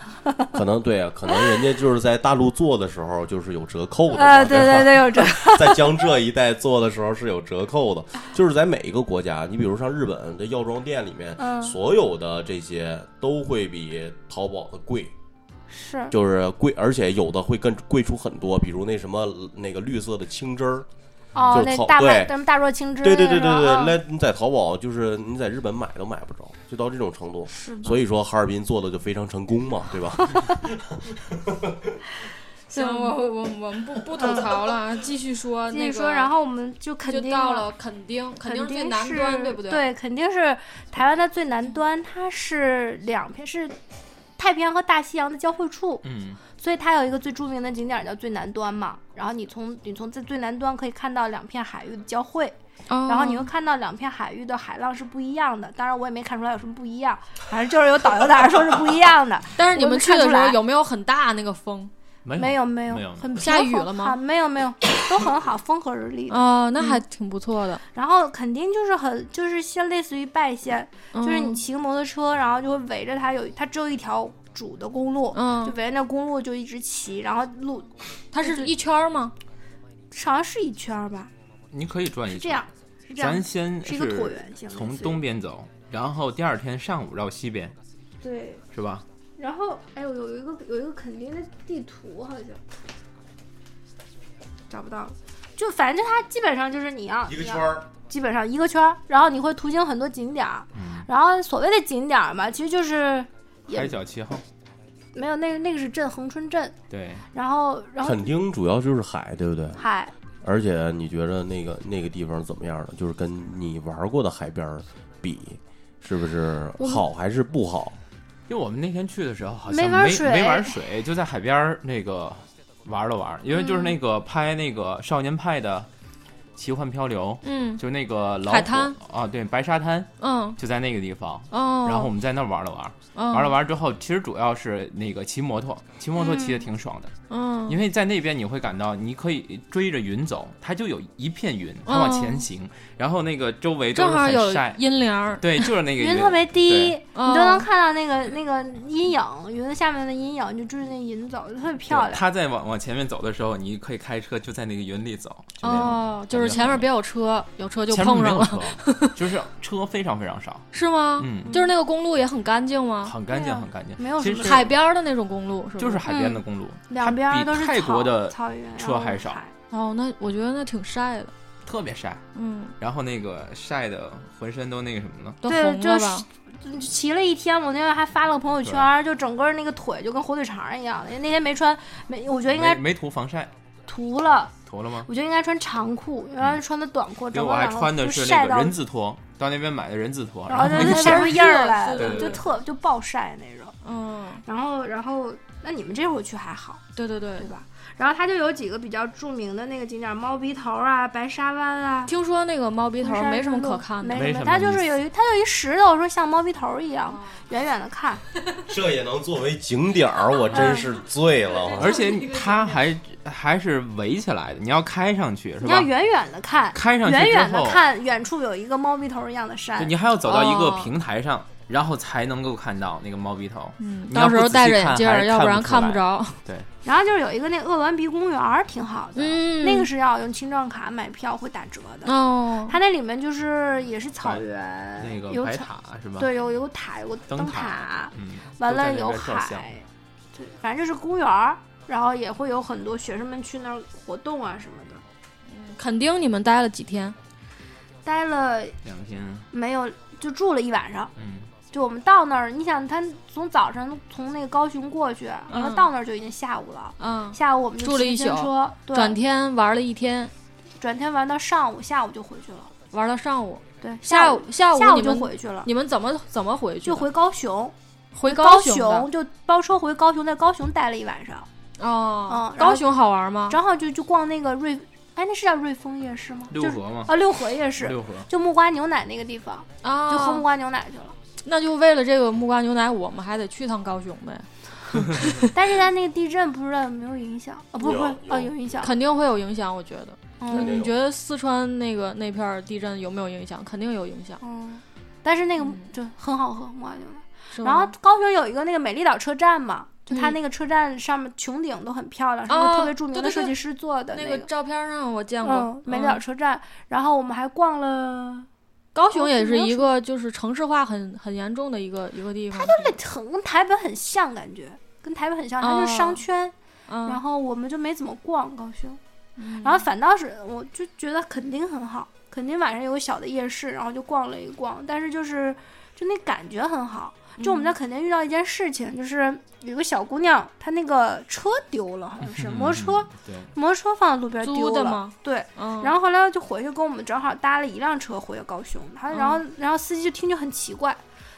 可能对啊，可能人家就是在大陆做的时候就是有折扣的嘛，呃，对对吧，对， 有折扣。在江浙一带做的时候是有折扣的，就是在每一个国家，你比如上日本的药妆店里面，嗯所有的这些都会比淘宝的贵，是，就是贵，而且有的会更贵出很多，比如那什么那个绿色的青汁儿，哦就，那靠大麦对什么大若青汁对那个对是吧，对对对，嗯那你在淘宝就是你在日本买都买不着，就到这种程度。是吧？所以说哈尔滨做的就非常成功嘛，对吧？行，我我我我们不不吐槽 了，继续说。继续说，那个然后我们就肯就定到了垦丁，垦肯啊是最定南是端，对不对？对，肯定是台湾的最南端，它是两片是太平洋和大西洋的交汇处，嗯，所以它有一个最著名的景点儿叫最南端嘛。然后你从你从这最南端可以看到两片海域的交汇，哦然后你会看到两片海域的海浪是不一样的。当然我也没看出来有什么不一样，反正就是有导游在那儿说是不一样的。但是你我们能去看的出时候来有没有很大那个风？没哎没有没没有很平下雨衡了吗啊没有没有，都很好，风和日丽的。哦，那还挺不错的。然后肯定就是很就是像类似于拜县，嗯就是你骑个摩托车，然后就会围着它有，它只有一条主的公路，嗯就围着那公路就一直骑，然后路它是一圈儿吗？好像是一圈儿吧，你可以转一是这圈，样，是这咱样，先是一个椭圆形的从形东边走，然后第二天上午绕西边，对。是吧？然后哎呦，有一个有一个肯定的地图好像找不到了。就反正就它基本上就是你要一个你要圈儿，基本上一个圈儿，然后你会途经很多景点儿，嗯，然后所谓的景点儿嘛，其实就是也海角七号，没有那个那个是镇恒春镇，对，然后 然后垦丁主要就是海，对不对？海而且你觉得那个那个地方怎么样呢？就是跟你玩过的海边儿比，是不是我们好还是不好？因为我们那天去的时候好没像玩没水没玩水，就在海边儿那个玩了玩，因为就是嗯那个拍那个少年派的奇幻漂流，嗯就那个老海虎滩啊，对，白沙滩嗯就在那个地方。哦，嗯然后我们在那儿玩了玩，哦玩了玩之后，其实主要是那个骑摩托，骑摩托骑的挺爽哦的，嗯，因为在那边你会感到你可以追着云走，它就有一片云，它往哦前行，然后那个周围都正是好有很晒，阴凉儿，对，就是那 个云特别低，对你都哦能看到那个那个阴影，云下面的阴影，你就追着那云走，就特别漂亮。他在往往前面走的时候，你可以开车就在那个云里走。就那样哦，就是前面别有车，有车就前面碰没上有了，车， 就是车非常非常少，是吗？嗯，就是那个公路也很干净吗？很干净，对啊很干净。没有其什么嗯实海边儿的那种公路是吗？就是海边的公路，两边儿比都是泰国草的草原，车然后还少海嗯。哦，那我觉得那挺晒的，特别晒，嗯，然后那个晒的浑身都那个什么了。都对红就了是吧？嗯骑了一天，我那天还发了个朋友圈儿，就整个那个腿就跟火腿肠儿一样的。那天没穿，没，我觉得应没该没涂防晒，涂了，涂了吗？我觉得应该穿长裤，然后穿的短裤，因为整我个还然后穿的就是晒那个到，人字拖，到那边买的人字拖，然后然就那晒个出印儿来 对了，对就对特就暴晒那种。嗯，然后，然后，那你们这回去还好。对对对对。吧？然后它就有几个比较著名的那个景点儿，猫鼻头啊、白沙湾啊。听说那个猫鼻头红山没什么之路可看的，没没什么它就意是思有一它有一石头，说像猫鼻头一样哦，远远的看。这也能作为景点儿，我真是醉了。 我而且它还还是围起来的，你要开上去是你要吧？远远的看，开上去远远之的后，看，远处有一个猫鼻头一样的对山。你还要走到一个哦平台上，然后才能够看到那个猫鼻头。嗯，你到要时不候仔戴细着眼看镜儿，还要不看不然出看不来 着。然后就是有一个那个鄂伦比公园儿，挺好的，嗯 那个是要用青壮卡买票会打折的。哦，它那里面就是也是草白原，那个有白草塔是吧？，对，有有塔，有个灯塔塔嗯，完都在了那有边照相海，对，反正就是公园儿，然后也会有很多学生们去那儿活动啊什么的。肯定你们待了几天？待了两天，没有，就住了一晚上，嗯，就我们到那儿，你想他从早上从那个高雄过去，然后嗯到那儿就已经下午了。嗯，下午我们就住了骑一自行宿车，对，转天玩了一天，转天玩到上午，下午就回去了。玩到上午，对，下午午下下你就们回去了，你们怎么怎么回去的？就回高雄，回高雄雄的就包车回高雄，在高雄待了一晚上，哦嗯，然后高雄好玩吗？正好就就逛那个瑞，哎，那是叫瑞丰夜市吗？六就是合嘛，啊，六合夜市，六合就木瓜牛奶那个地方，啊，就喝木瓜牛奶去了。那就为了这个木瓜牛奶，我们还得去趟高雄呗，但是它那个地震不知道有没有影响啊？不是不是有啊，有有影响。肯定会有影响，我觉得。肯定嗯有你觉得四川那个那片儿地震有没有影响？肯定有影响，嗯，但是那个嗯就很好喝木瓜牛奶。是吧然后高雄有一个那个美丽岛车站嘛，就它嗯那个车站上面穹顶都很漂亮，是一个哦特别著名对的对设对计师做的那个个。照片上我见过，嗯，美丽岛嗯车站，然后我们还逛了，高雄也高雄是没有一什个就是城市化很很严重的一个一个地方。那很跟台北很像，感觉跟台北很像，它就是商哦圈，然嗯，后我们就没怎么逛高雄，嗯然后反倒是我就觉得肯定很好，肯定晚上有个小的夜市，然后就逛了一逛，但是就是就那感觉很好。就我嗯们在垦丁遇到一件事情，就是有个小姑娘，她那个车丢了，好像是摩托车，对，摩托车放在路边丢租了的？吗？对。嗯，然后后来就回去跟我们正好搭了一辆车回高雄，他然嗯后然后司机就听就很奇怪，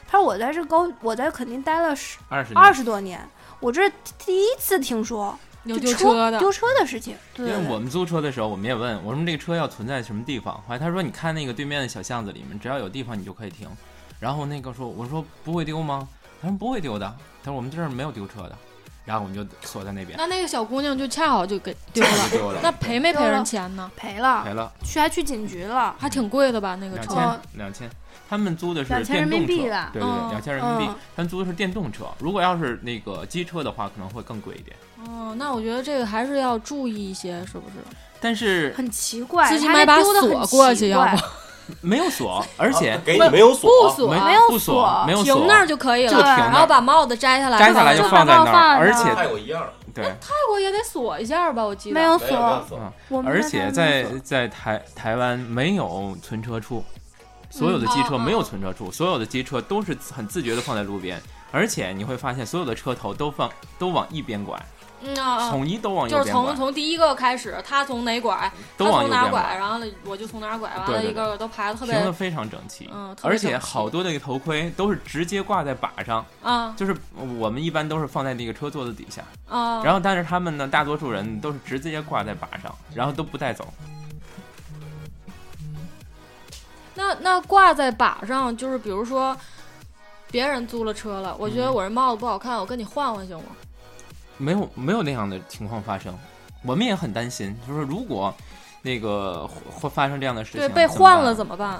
他说我在这高我在垦丁待了十二十二十多年，我这是第一次听说有就丢车车的，丢车的事情。对因为我们租车的时候，我们也问我说这个车要存在什么地方，后来他说你看那个对面的小巷子里面，只要有地方你就可以停。然后那个说我说不会丢吗？他说不会丢的，他说我们这儿没有丢车的。然后我们就锁在那边，那那个小姑娘就恰好 就给丢了，就丢了，那赔没赔人钱呢？赔了赔，了去还去警局了，还挺贵的吧？那个两车，哦千两千。他们租的是2000电动人车，民币吧对对对，嗯两千人民币嗯。他们租的是电动车，如果要是那个机车的话，可能会更贵一点。哦，那我觉得这个还是要注意一些，是不是？但是很奇怪，自己他买还把丢得很锁过去奇要怪不没有锁，而且啊给你没有锁，锁 哦没没有不锁锁，没有锁，停那儿就可以就了，停那儿然后把帽子摘下来，摘下来就就放放那儿在那儿，而放那且儿泰国一样，对，泰国也得锁一下吧？我记得没有没有没有锁，锁，我们而那且边在没有锁在台台湾没有存车处，所有的机嗯车哦没有哦存车处，所有的机车都是很自觉的放在路边，而且你会发现所有的车头都放都往一边拐，嗯啊，啊统一都往就右是边从拐，从第一个开始，他从哪拐，都他往从右哪边拐，，然后呢我就从哪拐，完对了对一个个都排的特停别的非常整齐。嗯，特别而且整齐好多那个头盔都是直接挂在把上，啊就是我们一般都是放在那个车座子底下，啊，然后但是他们呢，大多数人都是直接挂在把上，然后都不带走。那那挂在把上，就是比如说别人租了车了，我觉得嗯我这帽子不好看，我跟你换换行吗？没有没有那样的情况发生，我们也很担心，就是如果那个会发生这样的事情，对，被换了怎怎么么哎嗯办办？？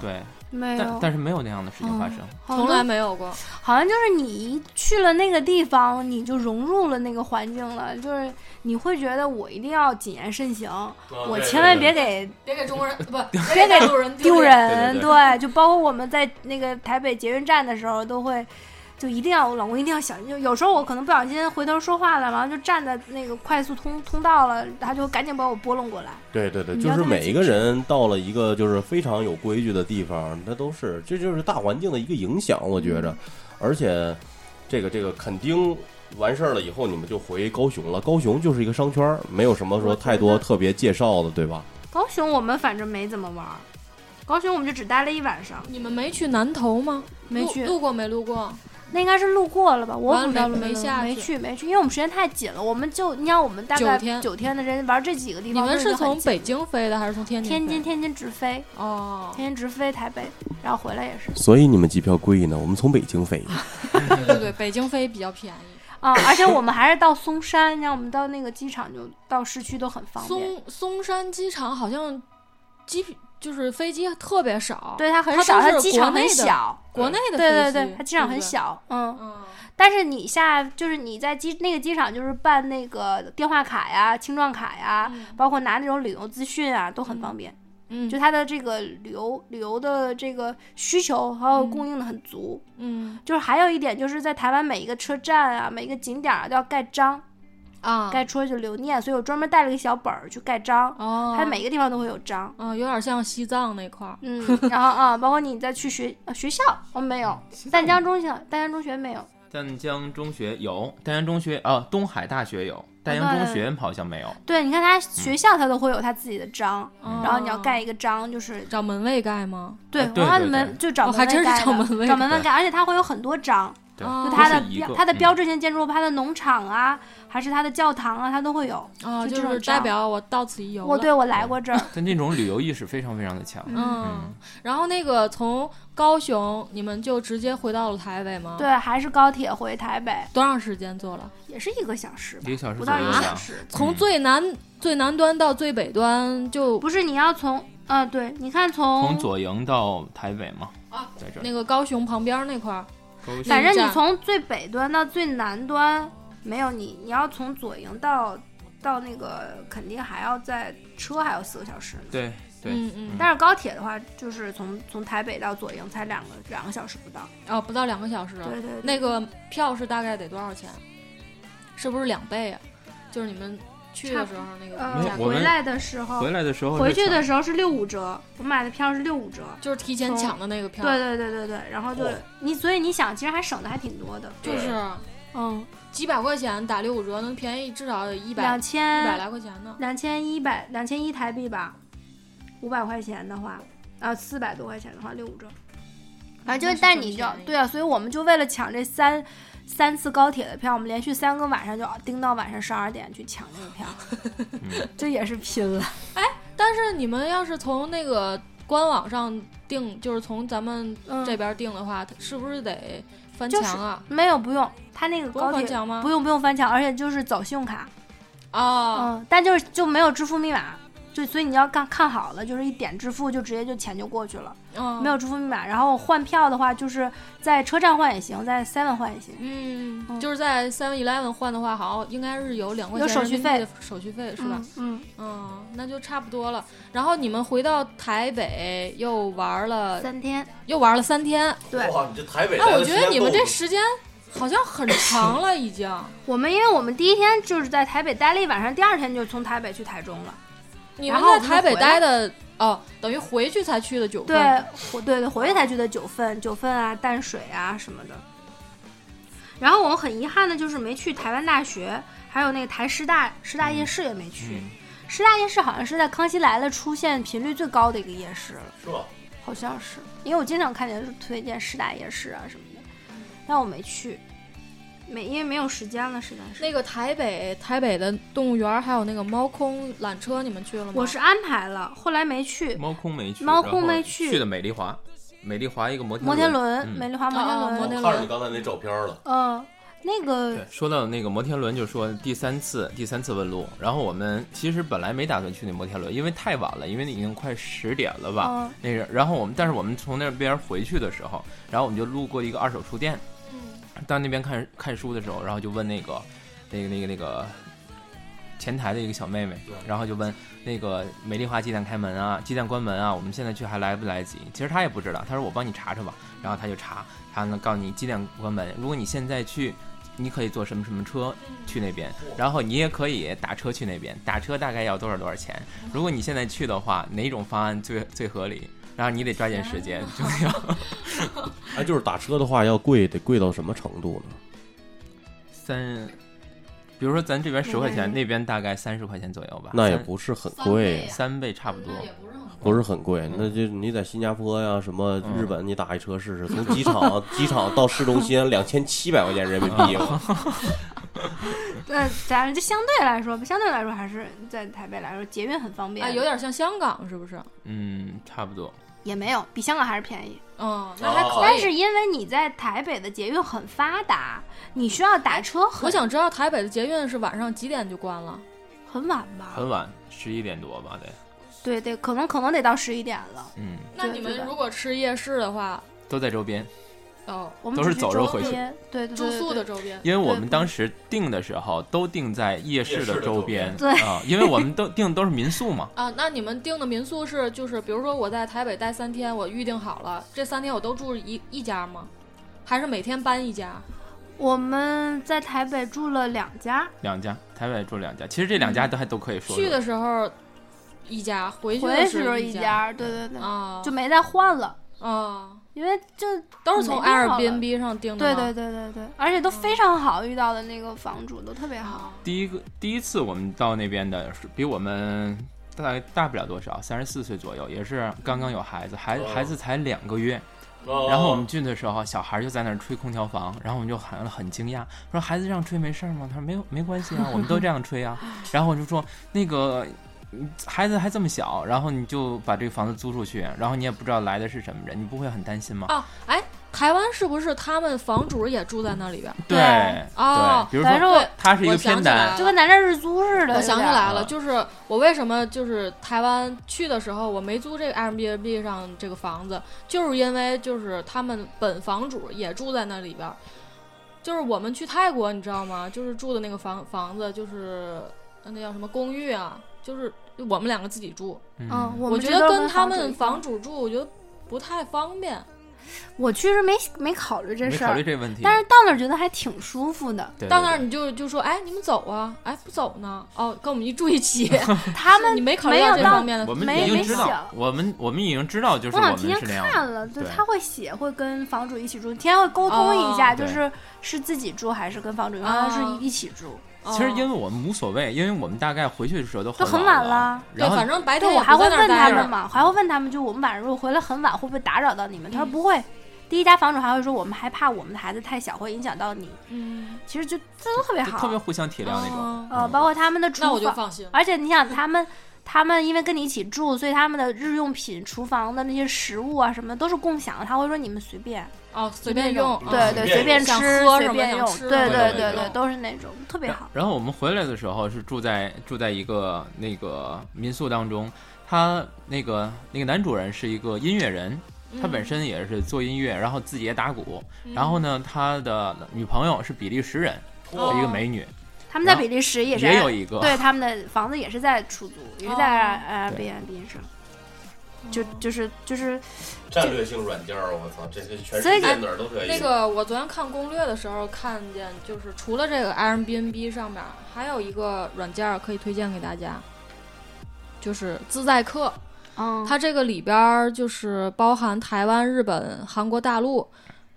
对，没但有，但是没有那样的事情发生，好从多来没有过，好像就是你一去了那个地方，你就融入了那个环境了，就是你会觉得我一定要谨言慎行，哦我千万别给别给中国人 不，别给路人丢脸。人。对对对，就包括我们在那个台北捷运站的时候，都会就一定要我老公一定要小心，就有时候我可能不小心回头说话了，然后就站在那个快速通通道了，他就赶紧把我拨弄过来。对对对，你就要是带每一进个去人到了一个就是非常有规矩的地方，那都是这就是大环境的一个影响，我觉嗯着。而且这个这个垦丁完事儿了以后，你们就回高雄了。高雄就是一个商圈儿，没有什么说我觉太多得特别介绍的，对吧？高雄我们反正没怎么玩儿，高雄我们就只待了一晚上，你们没去南头吗？没路去。路过没路过？那应该是路过了吧？我完怎了么知道没路没过下没去去没去，因为我们时间太紧了。我们就你想，我们大概九天九天的人玩这几个地你方，们都已是经很从紧北京飞的还是从天津飞？天津天津直飞，哦，天津直飞台北，然后回来也是所以你们机票贵呢，我们从北京飞。对对，北京飞比较便宜。啊、而且我们还是到松山，你看我们到那个机场就到市区都很方便。松松山机场好像机就是飞机特别少，，对，它很它少，都它是机国场很内的小。国内的对飞机，对对，它机场对很不对。小，嗯，嗯，但是你下就是你在机那个机场就是办那个电话卡呀、青壮卡呀，嗯包括拿那种旅游资讯啊，都很方便。嗯，就它的这个旅游旅游的这个需求还有供应的很足。嗯就是还有一点，就是在台湾每一个车站啊，每一个景点儿啊都要盖章，啊，该出来就留念，所以我专门带了个小本儿去盖章，哦，它每个地方都会有章。啊，有点像西藏那块儿，嗯，然后啊，包括你再去学、啊学校，我、没有，淡江嗯中学，淡江中学没有，淡江中学有，淡江中学啊，东海大学哦有，淡江中学好像没有。对，你看他学校他都会有他自己的章，嗯然后你要盖一个章，就是找门卫盖吗？对，啊对我让对你们就找哦门还卫真是盖找的门卫找门卫盖盖，而且它会有很多章，对，哦就都它是的一标个它的嗯标志性建筑物、它的农场啊，还是它的教堂啊，它都会有。啊，就就这种是章代表我到此一游我了对我来过这儿，但那种旅游意识非常非常的强。嗯，然后那个从高雄你们就直接回到了台北吗？， 对，还是高铁回台北，多长时间坐了？嗯也是一个小时吧一，个小时不左到右一个小吧，时。从嗯最南、最南端到最北端就不是你要从啊，对，你看从从左营到台北嘛，哦啊在这儿那个高雄旁边那块儿，高雄反正那你个从最北端到最南端，没有你，你要从左营到到那个，肯定还要在车还有四个小时呢。对对，嗯嗯，但是高铁的话，就是从从台北到左营才两个两个小时不到。哦，不到两个小时。对对对，那个票是大概得多少钱？是不是两倍啊？就是你们去的时候那个呃没价有，我回们来的时候回，来的时候是回去的抢时候是六五折，我买的票是六五折。就是提前从抢的那个票，对对对对对，然后就哦嚯你，所以你想，其实还省的还挺多的。就是嗯，几百块钱打六五折，能便宜至少得一百两一百千来块钱呢。两千一百两千一台币吧，五百块钱的话，啊，四百多块钱的话，六五折。反正那就是是，但真你就便宜对啊，所以我们就为了抢这三三次高铁的票，我们连续三个晚上就盯到晚上十二点去抢这个票，嗯这也是拼了。但是你们要是从那个官网上订，就是从咱们嗯，这边订的话，它是不是得翻就是墙啊？没有不用，他那个不高用翻铁墙吗？不用不用翻墙，而且就是走信用卡，哦，嗯，但就是就没有支付密码，就所以你要看看好了，就是一点支付就直接就钱就过去了，嗯没有支付密码。然后换票的话，就是在车站换也行，在 seven 换也行。嗯，嗯就是在 Seven Eleven 换的话，好像应该是有两块钱有手续费人民币的手续费是吧？嗯？嗯，那就差不多了。然后你们回到台北又玩嗯，了，三天。又玩了三天。对，哇，你这台北那待哎我的时觉间够了，得你们这时间好像很长了，已经。我们因为我们第一天就是在台北待了一晚上，第二天就从台北去台中了。 你然们后在我们台北回来待的哦，等于回去才去的九份。对，我对对，回去才去的九份，九份啊、淡水啊什么的。然后我们很遗憾的就是没去台湾大学，还有那个台师大师大夜市也没去。嗯，师大夜市好像是在《康熙来了》出现频率最高的一个夜市了，是吧？好像是，因为我经常看见是推荐师大夜市啊什么的，但我没去，没因为没有时间了，实在是。那个台北台北的动物园儿，还有那个猫空缆车，你们去了吗？我是安排了，后来没去猫空没去，猫然空后没去，去的美丽华，美丽华一个摩摩天天轮，嗯美丽华摩哦哦哦天摩轮，天我轮看着你刚才那照片了，嗯，那个对，说到那个摩天轮，就说第三次第三次问路，然后我们其实本来没打算去那摩天轮，因为太晚了，因为已经快十点了吧。嗯那是，然后我们，但是我们从那边回去的时候，然后我们就路过一个二手书店，到那边看看书的时候，然后就问那个，那个那个那个前台的一个小妹妹对，然后就问那个美丽华几点开门啊，几点关门啊？我们现在去还来不来得及？其实她也不知道，她说我帮你查查吧，然后她就查，她呢告诉你几点关门，如果你现在去。你可以坐什么什么车去那边，然后你也可以打车去那边。打车大概要多少多少钱？如果你现在去的话，哪种方案最最合理？然后你得抓紧时间， 就是要哎，就是打车的话要贵，得贵到什么程度呢？三，比如说咱这边十块钱，那边大概三十块钱左右吧，那也三不是很三贵倍，啊三倍差不多。不是很不是很贵，那就你在新加坡呀、什么嗯日本，你打一车 试试，从机场机场到市中心两千七百块钱人民 币，啊呃，咱们就相对来说吧，相对来说还是在台北来说捷运很方便，啊，有点像香港是不是？嗯，差不多。也没有比香港还是便宜。嗯，那还可以。哦但是因为你在台北的捷运很发达，你需要打车很我想知道台北的捷运是晚上几点就关了？很晚吧？很晚，十一点多吧，得。对对，可能可能得到十一点了。嗯，那你对们的如果吃夜市的话，都在周边，哦，我们都只是去走周着回去边，对对对住宿的对周边。因为我们当时定的时候都定在夜市的周边，夜市的周边啊，因为我们都定都是民宿嘛。啊，那你们订的民宿是就是，比如说我在台北待三天，我预定好了，这三天我都住一一家吗？还是每天搬一家？我们在台北住了两家，两家，台北住了两家，其实嗯这两家都还都可以说去说的时候一家，回去回来的时时候候一家家，对对对，啊，就没再换了，啊，因为这都是从没地方了 Airbnb 上订的对吗，嗯对对对对，而且都非常好，遇到的那个房主都特别好。啊，第一个第一次我们到那边的是比我们大概大不了多少，三十四岁左右，也是刚刚有孩子，孩哦孩子才两个月。哦然后我们进的时候，小孩就在那儿吹空调房，然后我们就好像很惊讶，说孩子这样吹没事儿吗？他说没有，没关系啊，我们都这样吹啊。然后我就说那个。嗯孩子还这么小，然后你就把这个房子租出去，然后你也不知道来的是什么人，你不会很担心吗？哦，哎，台湾是不是他们房主也住在那里边？对对哦比如反说正我他是一个我想偏起来南了，就跟咱这日租似的。我想起有点来了，啊就是我为什么就是台湾去的时候，我没租这个 Airbnb 上这个房子，就是因为就是他们本房主也住在那里边儿。就是我们去泰国，你知道吗？就是住的那个房房子，就是那叫什么公寓啊，就是我们两个自己住。嗯，我们觉这都得跟他们主房主住，我觉得不太方便。我去是没没考虑这没事考虑儿，这个问题。但是到那儿觉得还挺舒服 的。对到那儿你就就说，哎，你们走啊，哎，不走呢，哦，跟我们一住一 起。他你们没考虑没有到这到方面的我们没已没经知道想，我们我们已经知道，就是我我想们提前是那样的。看了，对对他会写，会跟房主一起住，提前会沟通一下，哦就对是是自己住还是跟房主住，哦然后是一起住。哦其实因为我们无所谓，因为我们大概回去的时候都都很晚晚了，哎对，然后反正白对，天我也还不会在那问儿他待们着。嘛，还会问他们，就我们晚上如果回来很晚，会不会打扰到你们？他说不会。第一家房主还会说，我们害怕我们的孩子太小，会影响到你。嗯，其实就这都特别就好，特别互相体谅那种。哦呃，包括他们的厨那我就房，放心了。而且你想他们。他们因为跟你一起住，所以他们的日用品、厨房的那些食物啊什么的都是共享的。他会说你们随便，哦，随便用，哦嗯对对，随随便便用吃、想啊喝什随么便想用，吃对什么对都对有对，都是那种特别然好。然后我们回来的时候是住在住在一个那个民宿当中，他那个那个男主人是一个音乐人，嗯他本身也是做音乐，然后自己也打鼓，嗯然后呢，他的女朋友是比利时人，哦是一个美女，他们在然后比利时也是也有一个对，他们的房子也是在出租，也是哦在呃对 Airbnb 上，就就是就是战略性软件儿，我操，这这全世所以界哪儿都可以。那个，我昨天看攻略的时候看见，就是除了这个 Airbnb 上面，还有一个软件儿可以推荐给大家，就是自在客。嗯，它这个里边儿就是包含台湾、日本、韩国、大陆。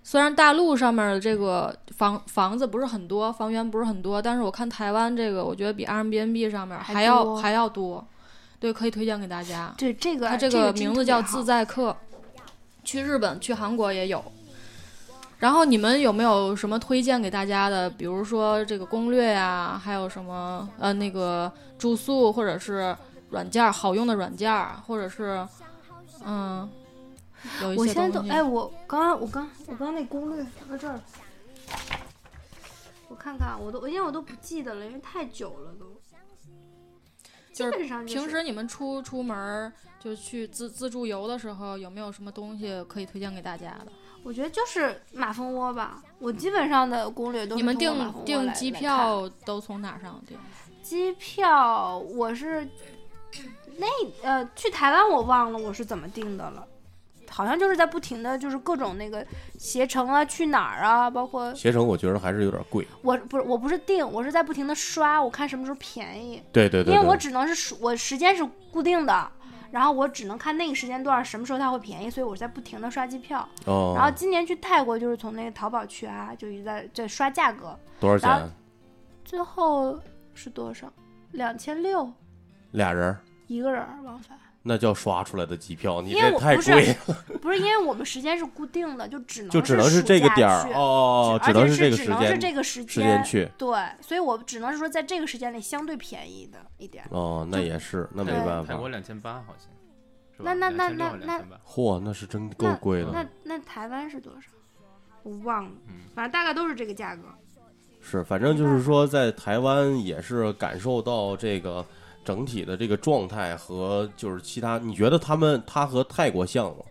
虽然大陆上面的这个房房子不是很多，房源不是很多，但是我看台湾这个，我觉得比 Airbnb 上面还还要多还要多，对，可以推荐给大家。对哎这个它这个个真名特字叫别好自在客，去日本、去韩国也有。然后你们有没有什么推荐给大家的？比如说这个攻略呀、还有什么呃那个住宿或者是软件儿好用的软件儿，或者是嗯，有一我些现在都东西。哎，我刚刚我刚我刚那攻略打到这儿了，我看看啊，我都我因为我都不记得了，因为太久了都。就是基本上就是平时你们出出门儿就去自自助游的时候，有没有什么东西可以推荐给大家的？我觉得就是马蜂窝吧，我基本上的攻略都是你们通过马订蜂窝来订机，来票都从哪儿上订？看机票我是那呃去台湾我忘了我是怎么订的了，好像就是在不停的就是各种那个携程啊去哪儿啊，包括携程我觉得还是有点贵。我不是我不是订，我是在不停的刷，我看什么时候便宜。对对对，因为我对只能是数我时间是固定的，然后我只能看那个时间段什么时候它会便宜，所以我在不停的刷机票。哦，然后今年去泰国就是从那个淘宝去啊，就一直在在刷价格，多少然钱？最后是多少？两千六俩人儿一个人儿往返，那叫刷出来的机票，你因为这我太不是贵了，不是因为我们时间是固定的，就只能 就只能是这个点儿暑假去哦，而能且是这个只时能是间这个时时间去对，所以我只能是说在这个时间里相对便宜的一点儿。哦，那也是，那没对办泰法国。两千八好像，是吧那那那2600那2800嚯，那是真够贵的，那那台湾是多少？我忘了，嗯反正大概都是这个价格。是，反正就是说，在台湾也是感受到这个整体的这个状态和就是其他，你觉得他们他和泰国像吗？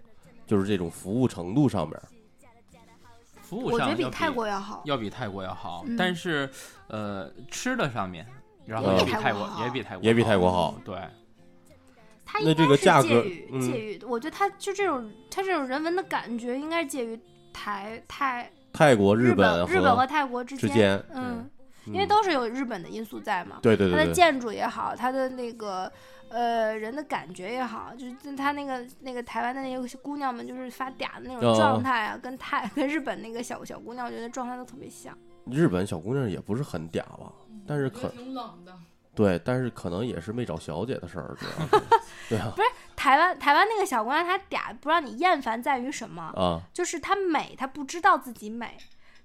就是这种服务程度上面，服务我觉上得比要泰国要好。要比泰国要好，嗯但是呃，吃的上面，然也后比比泰泰国国好也比泰国也比泰国好。对，它那应这该个是价介格于嗯介于，我觉得它就这种它这种人文的感觉，应该介于台泰泰国、日本、日本和泰国之之间，嗯，嗯因为都是有日本的因素在嘛，对对它对的对，建筑也好，它的那个呃人的感觉也好，就是它那个那个台湾的那个姑娘们就是发嗲的那哦种状态啊，跟泰跟日本那个小小姑娘，我觉得状态都特别像。日本小姑娘也不是很嗲吧，但是可挺冷的。对，但是可能也是没找小姐的事儿，主要 是对啊台湾台湾那个小姑娘她嗲，不让你厌烦在于什么？啊就是她美，她不知道自己美；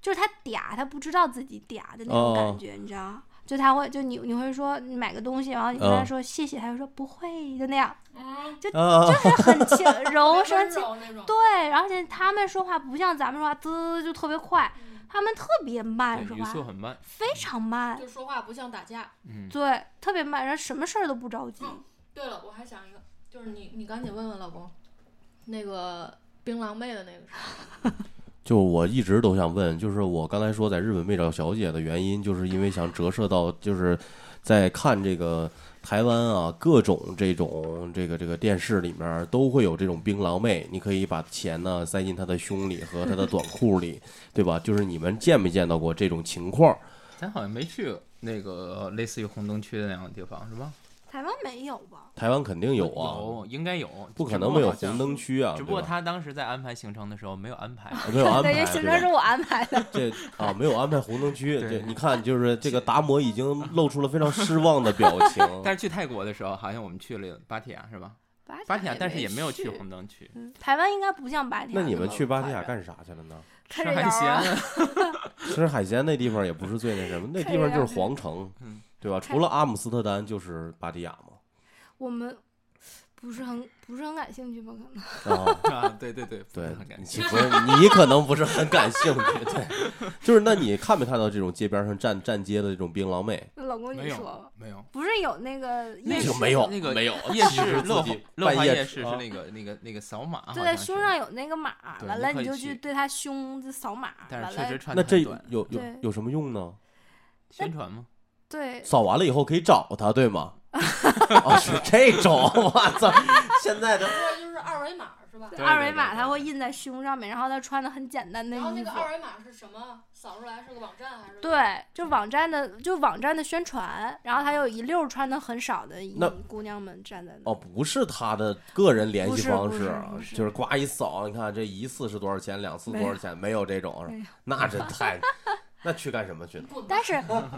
就是她嗲，她不知道自己嗲的那种哦感觉，你知道吗？就她会，就你你会说你买个东西，然后你跟她嗯说谢谢，她就说不会，就那样，哎啊啊，就是很 轻柔声轻。那种。对，然后而且他们说话不像咱们说话滋就特别快，他们特别慢说对语速话，很慢，非常慢，就说话不像打架。嗯，对，特别慢，然后什么事儿都不着急。嗯对了，我还想一个，就是你你赶紧问问老公，那个槟榔妹的那个事儿就我一直都想问，就是我刚才说在日本没找小姐的原因，就是因为想折射到，就是在看这个台湾啊各种这种这个这个电视里面都会有这种槟榔妹，你可以把钱呢塞进她的胸里和她的短裤 里，对吧？就是你们见没见到过这种情况？咱好像没去那个类似于红灯区的那样的地方，是吧？台湾没有吧？台湾肯定有啊，有，应该有，不可只能过没有好像红灯区啊，只不过对吧啊他当时在安排行程的时候没有 安排，没有 安排对，，这行程是我安排的。这啊，没有安排红灯区。对对，你看，就是这个达摩已经露出了非常失望的表情。 但是去泰国的时候，好像我们去了芭提雅，是吧？芭提雅，但是也没有去红灯区，嗯台湾应该不像芭提那雅么夸张。你们去芭提雅干啥去了呢？看吃着海摇啊 鲜，吃海鲜那地方也不是最那 什么，那地方就是皇城嗯，对吧？除了阿姆斯特丹就是芭提雅 嘛。我们不是很不是很感兴趣吧？可能啊，啊，对对对，不对是很，感你谢。不是你可能不是很感兴趣，对，就是那你看没看到这种街边上站站街的这种槟榔妹？那 老公没你说吧有，没有，不是有那个夜那市个没有那个没有哦夜其实市自乐己乐半华夜夜吃市啊是那个那个那个扫码，就啊好在像是胸，上有那个码，对完你了可你以就去去对他胸就扫码，但完是确实了穿那的这很有短，有对有什么用呢？宣传吗？对扫完了以后可以找他，对 吗？哦，是这种，我操！现在的那就是二维码是吧？对二对维对码，对它会印在胸上面，然后他穿的很简单的然后那衣个服。二维码是什么？扫出来是个网站还是？对，就网站的就网站的宣传，然后还有一溜儿穿的很少的一那姑娘们站在那。哦，不是他的个人联系方不式是啊，不是不是就是呱一扫，你看这一次是多少钱，两次多少钱，没有这种没有， 那真太，那去干什么去呢？但是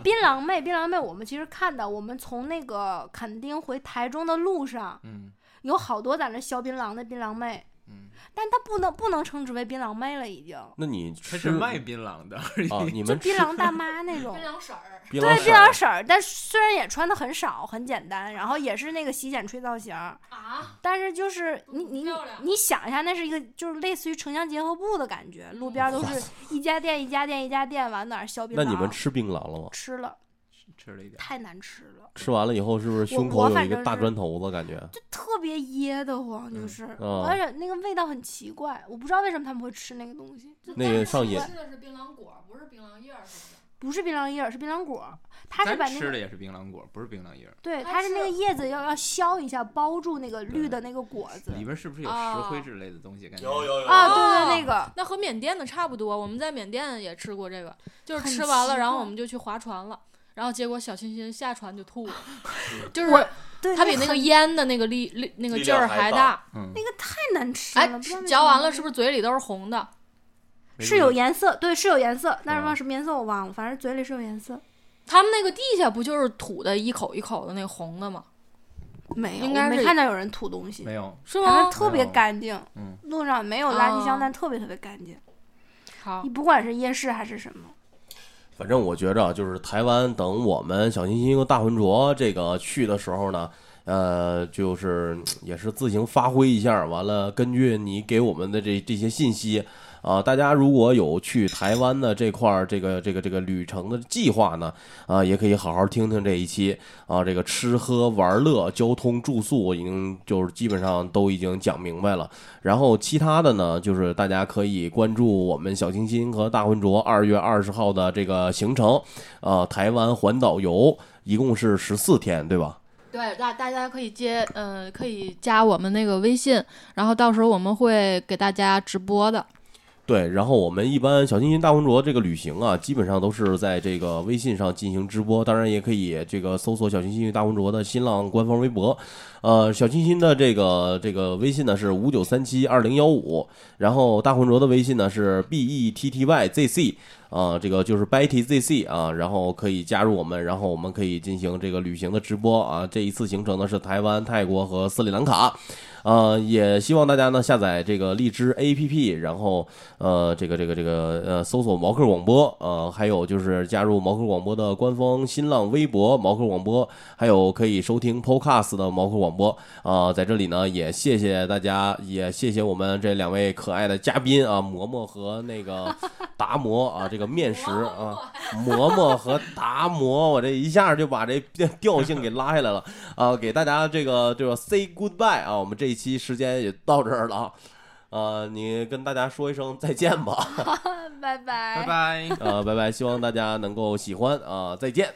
槟榔妹，槟榔妹，我们其实看到，我们从那个垦丁回台中的路上，嗯有好多在那削槟榔的槟榔妹，嗯，但她不能不能称之为槟榔妹了，已经。那你他吃是卖槟榔的而已啊？你就们吃槟榔 大妈那种槟，榔色儿，槟对，婶槟儿榔婶儿，但虽然也穿的很少，很简单，然后也是那个洗剪吹造型儿，啊，但是就是你你漂亮你想一下，那是一个就是类似于城乡结合部的感觉，路边儿都是一家店一家店一家店，完哪儿削槟榔。那你们吃槟榔了吗？吃了 吃了一点，太难吃了，吃完了以后是不是胸我口有反一个正大是砖头子感觉？就特别噎得慌，就嗯是，哦而且那个味道很奇怪，我不知道为什么他们会吃那个东西，就那个上瘾吃的是槟榔果，不是槟榔叶儿什么不是槟榔叶儿，是槟榔果儿，它是咱把那吃个的也是槟榔果，不是槟榔叶儿，对，它它是那是个叶子要要削一下，包住那个绿对的那个果子嗯里边是不是有石哦灰之类的东西？感觉有有有啊，哦对对，那个。那和缅甸的差不多，我们在缅甸也吃过这个，就是很吃完了，奇然后怪我们就去划船了，然后结果小清新下船就吐了，就是我对，它比那个很烟的那个力力那个力劲儿量还还大大。嗯，太难吃了，哎，不知道吃为嚼什完么了是不是嘴里都是红的？是有颜色？对，是有颜色，但是吧忘什么颜色我忘了，反正嘴里是有颜色。他们那个地下不就是吐的一口一口的那红的吗？没有，应该我没是看到有人吐东西没，有？是反吗正？特没别有干净，嗯，路上没有垃圾箱哦，但特别特别干净。好你，不管是夜市还是什么，反正我觉着啊就是台湾，等我们小清新和大浑浊这个去的时候呢，呃，就是嗯也是自行发挥一下。完了，根据你给我们的这这些信息啊，大家如果有去台湾的这块儿这个这个这个旅程的计划呢，啊，也可以好好听听这一期啊，这个吃喝玩乐、交通住宿已经就是基本上都已经讲明白了。然后其他的呢，就是大家可以关注我们小清新和大浑浊二月二十号的这个行程，呃，台湾环岛游，一共是十四天，对吧？对，大大家可以接，呃，可以加我们那个微信，然后到时候我们会给大家直播的。对，然后我们一般小清新大浑浊这个旅行啊，基本上都是在这个微信上进行直播，当然也可以这个搜索小清新与大浑浊的新浪官方微博，呃，小清新的这个这个微信呢是五九三七二零幺五，然后大浑浊的微信呢是 b e t t y z c。啊，这个就是 Betty ZC 啊，然后可以加入我们，然后我们可以进行这个旅行的直播啊。这一次行程呢是台湾、泰国和斯里兰卡，呃，也希望大家呢下载这个荔枝 APP，然后呃，这个这个这个呃，搜索毛克广播，呃，还有就是加入毛克广播的官方新浪微博毛克广播，还有可以收听 Podcast 的毛克广播啊、在这里呢也谢谢大家，也谢谢我们这两位可爱的嘉宾啊，嬷嬷和那个达摩啊，这个面食啊，嬷嬷和达摩，我这一下就把这调性给拉下来了啊，给大家这个这个 say goodbye 啊，我们这一期时间也到这儿了啊。呃，你跟大家说一声再见吧。 拜拜拜拜。呃，拜拜，希望大家能够喜欢啊、再见。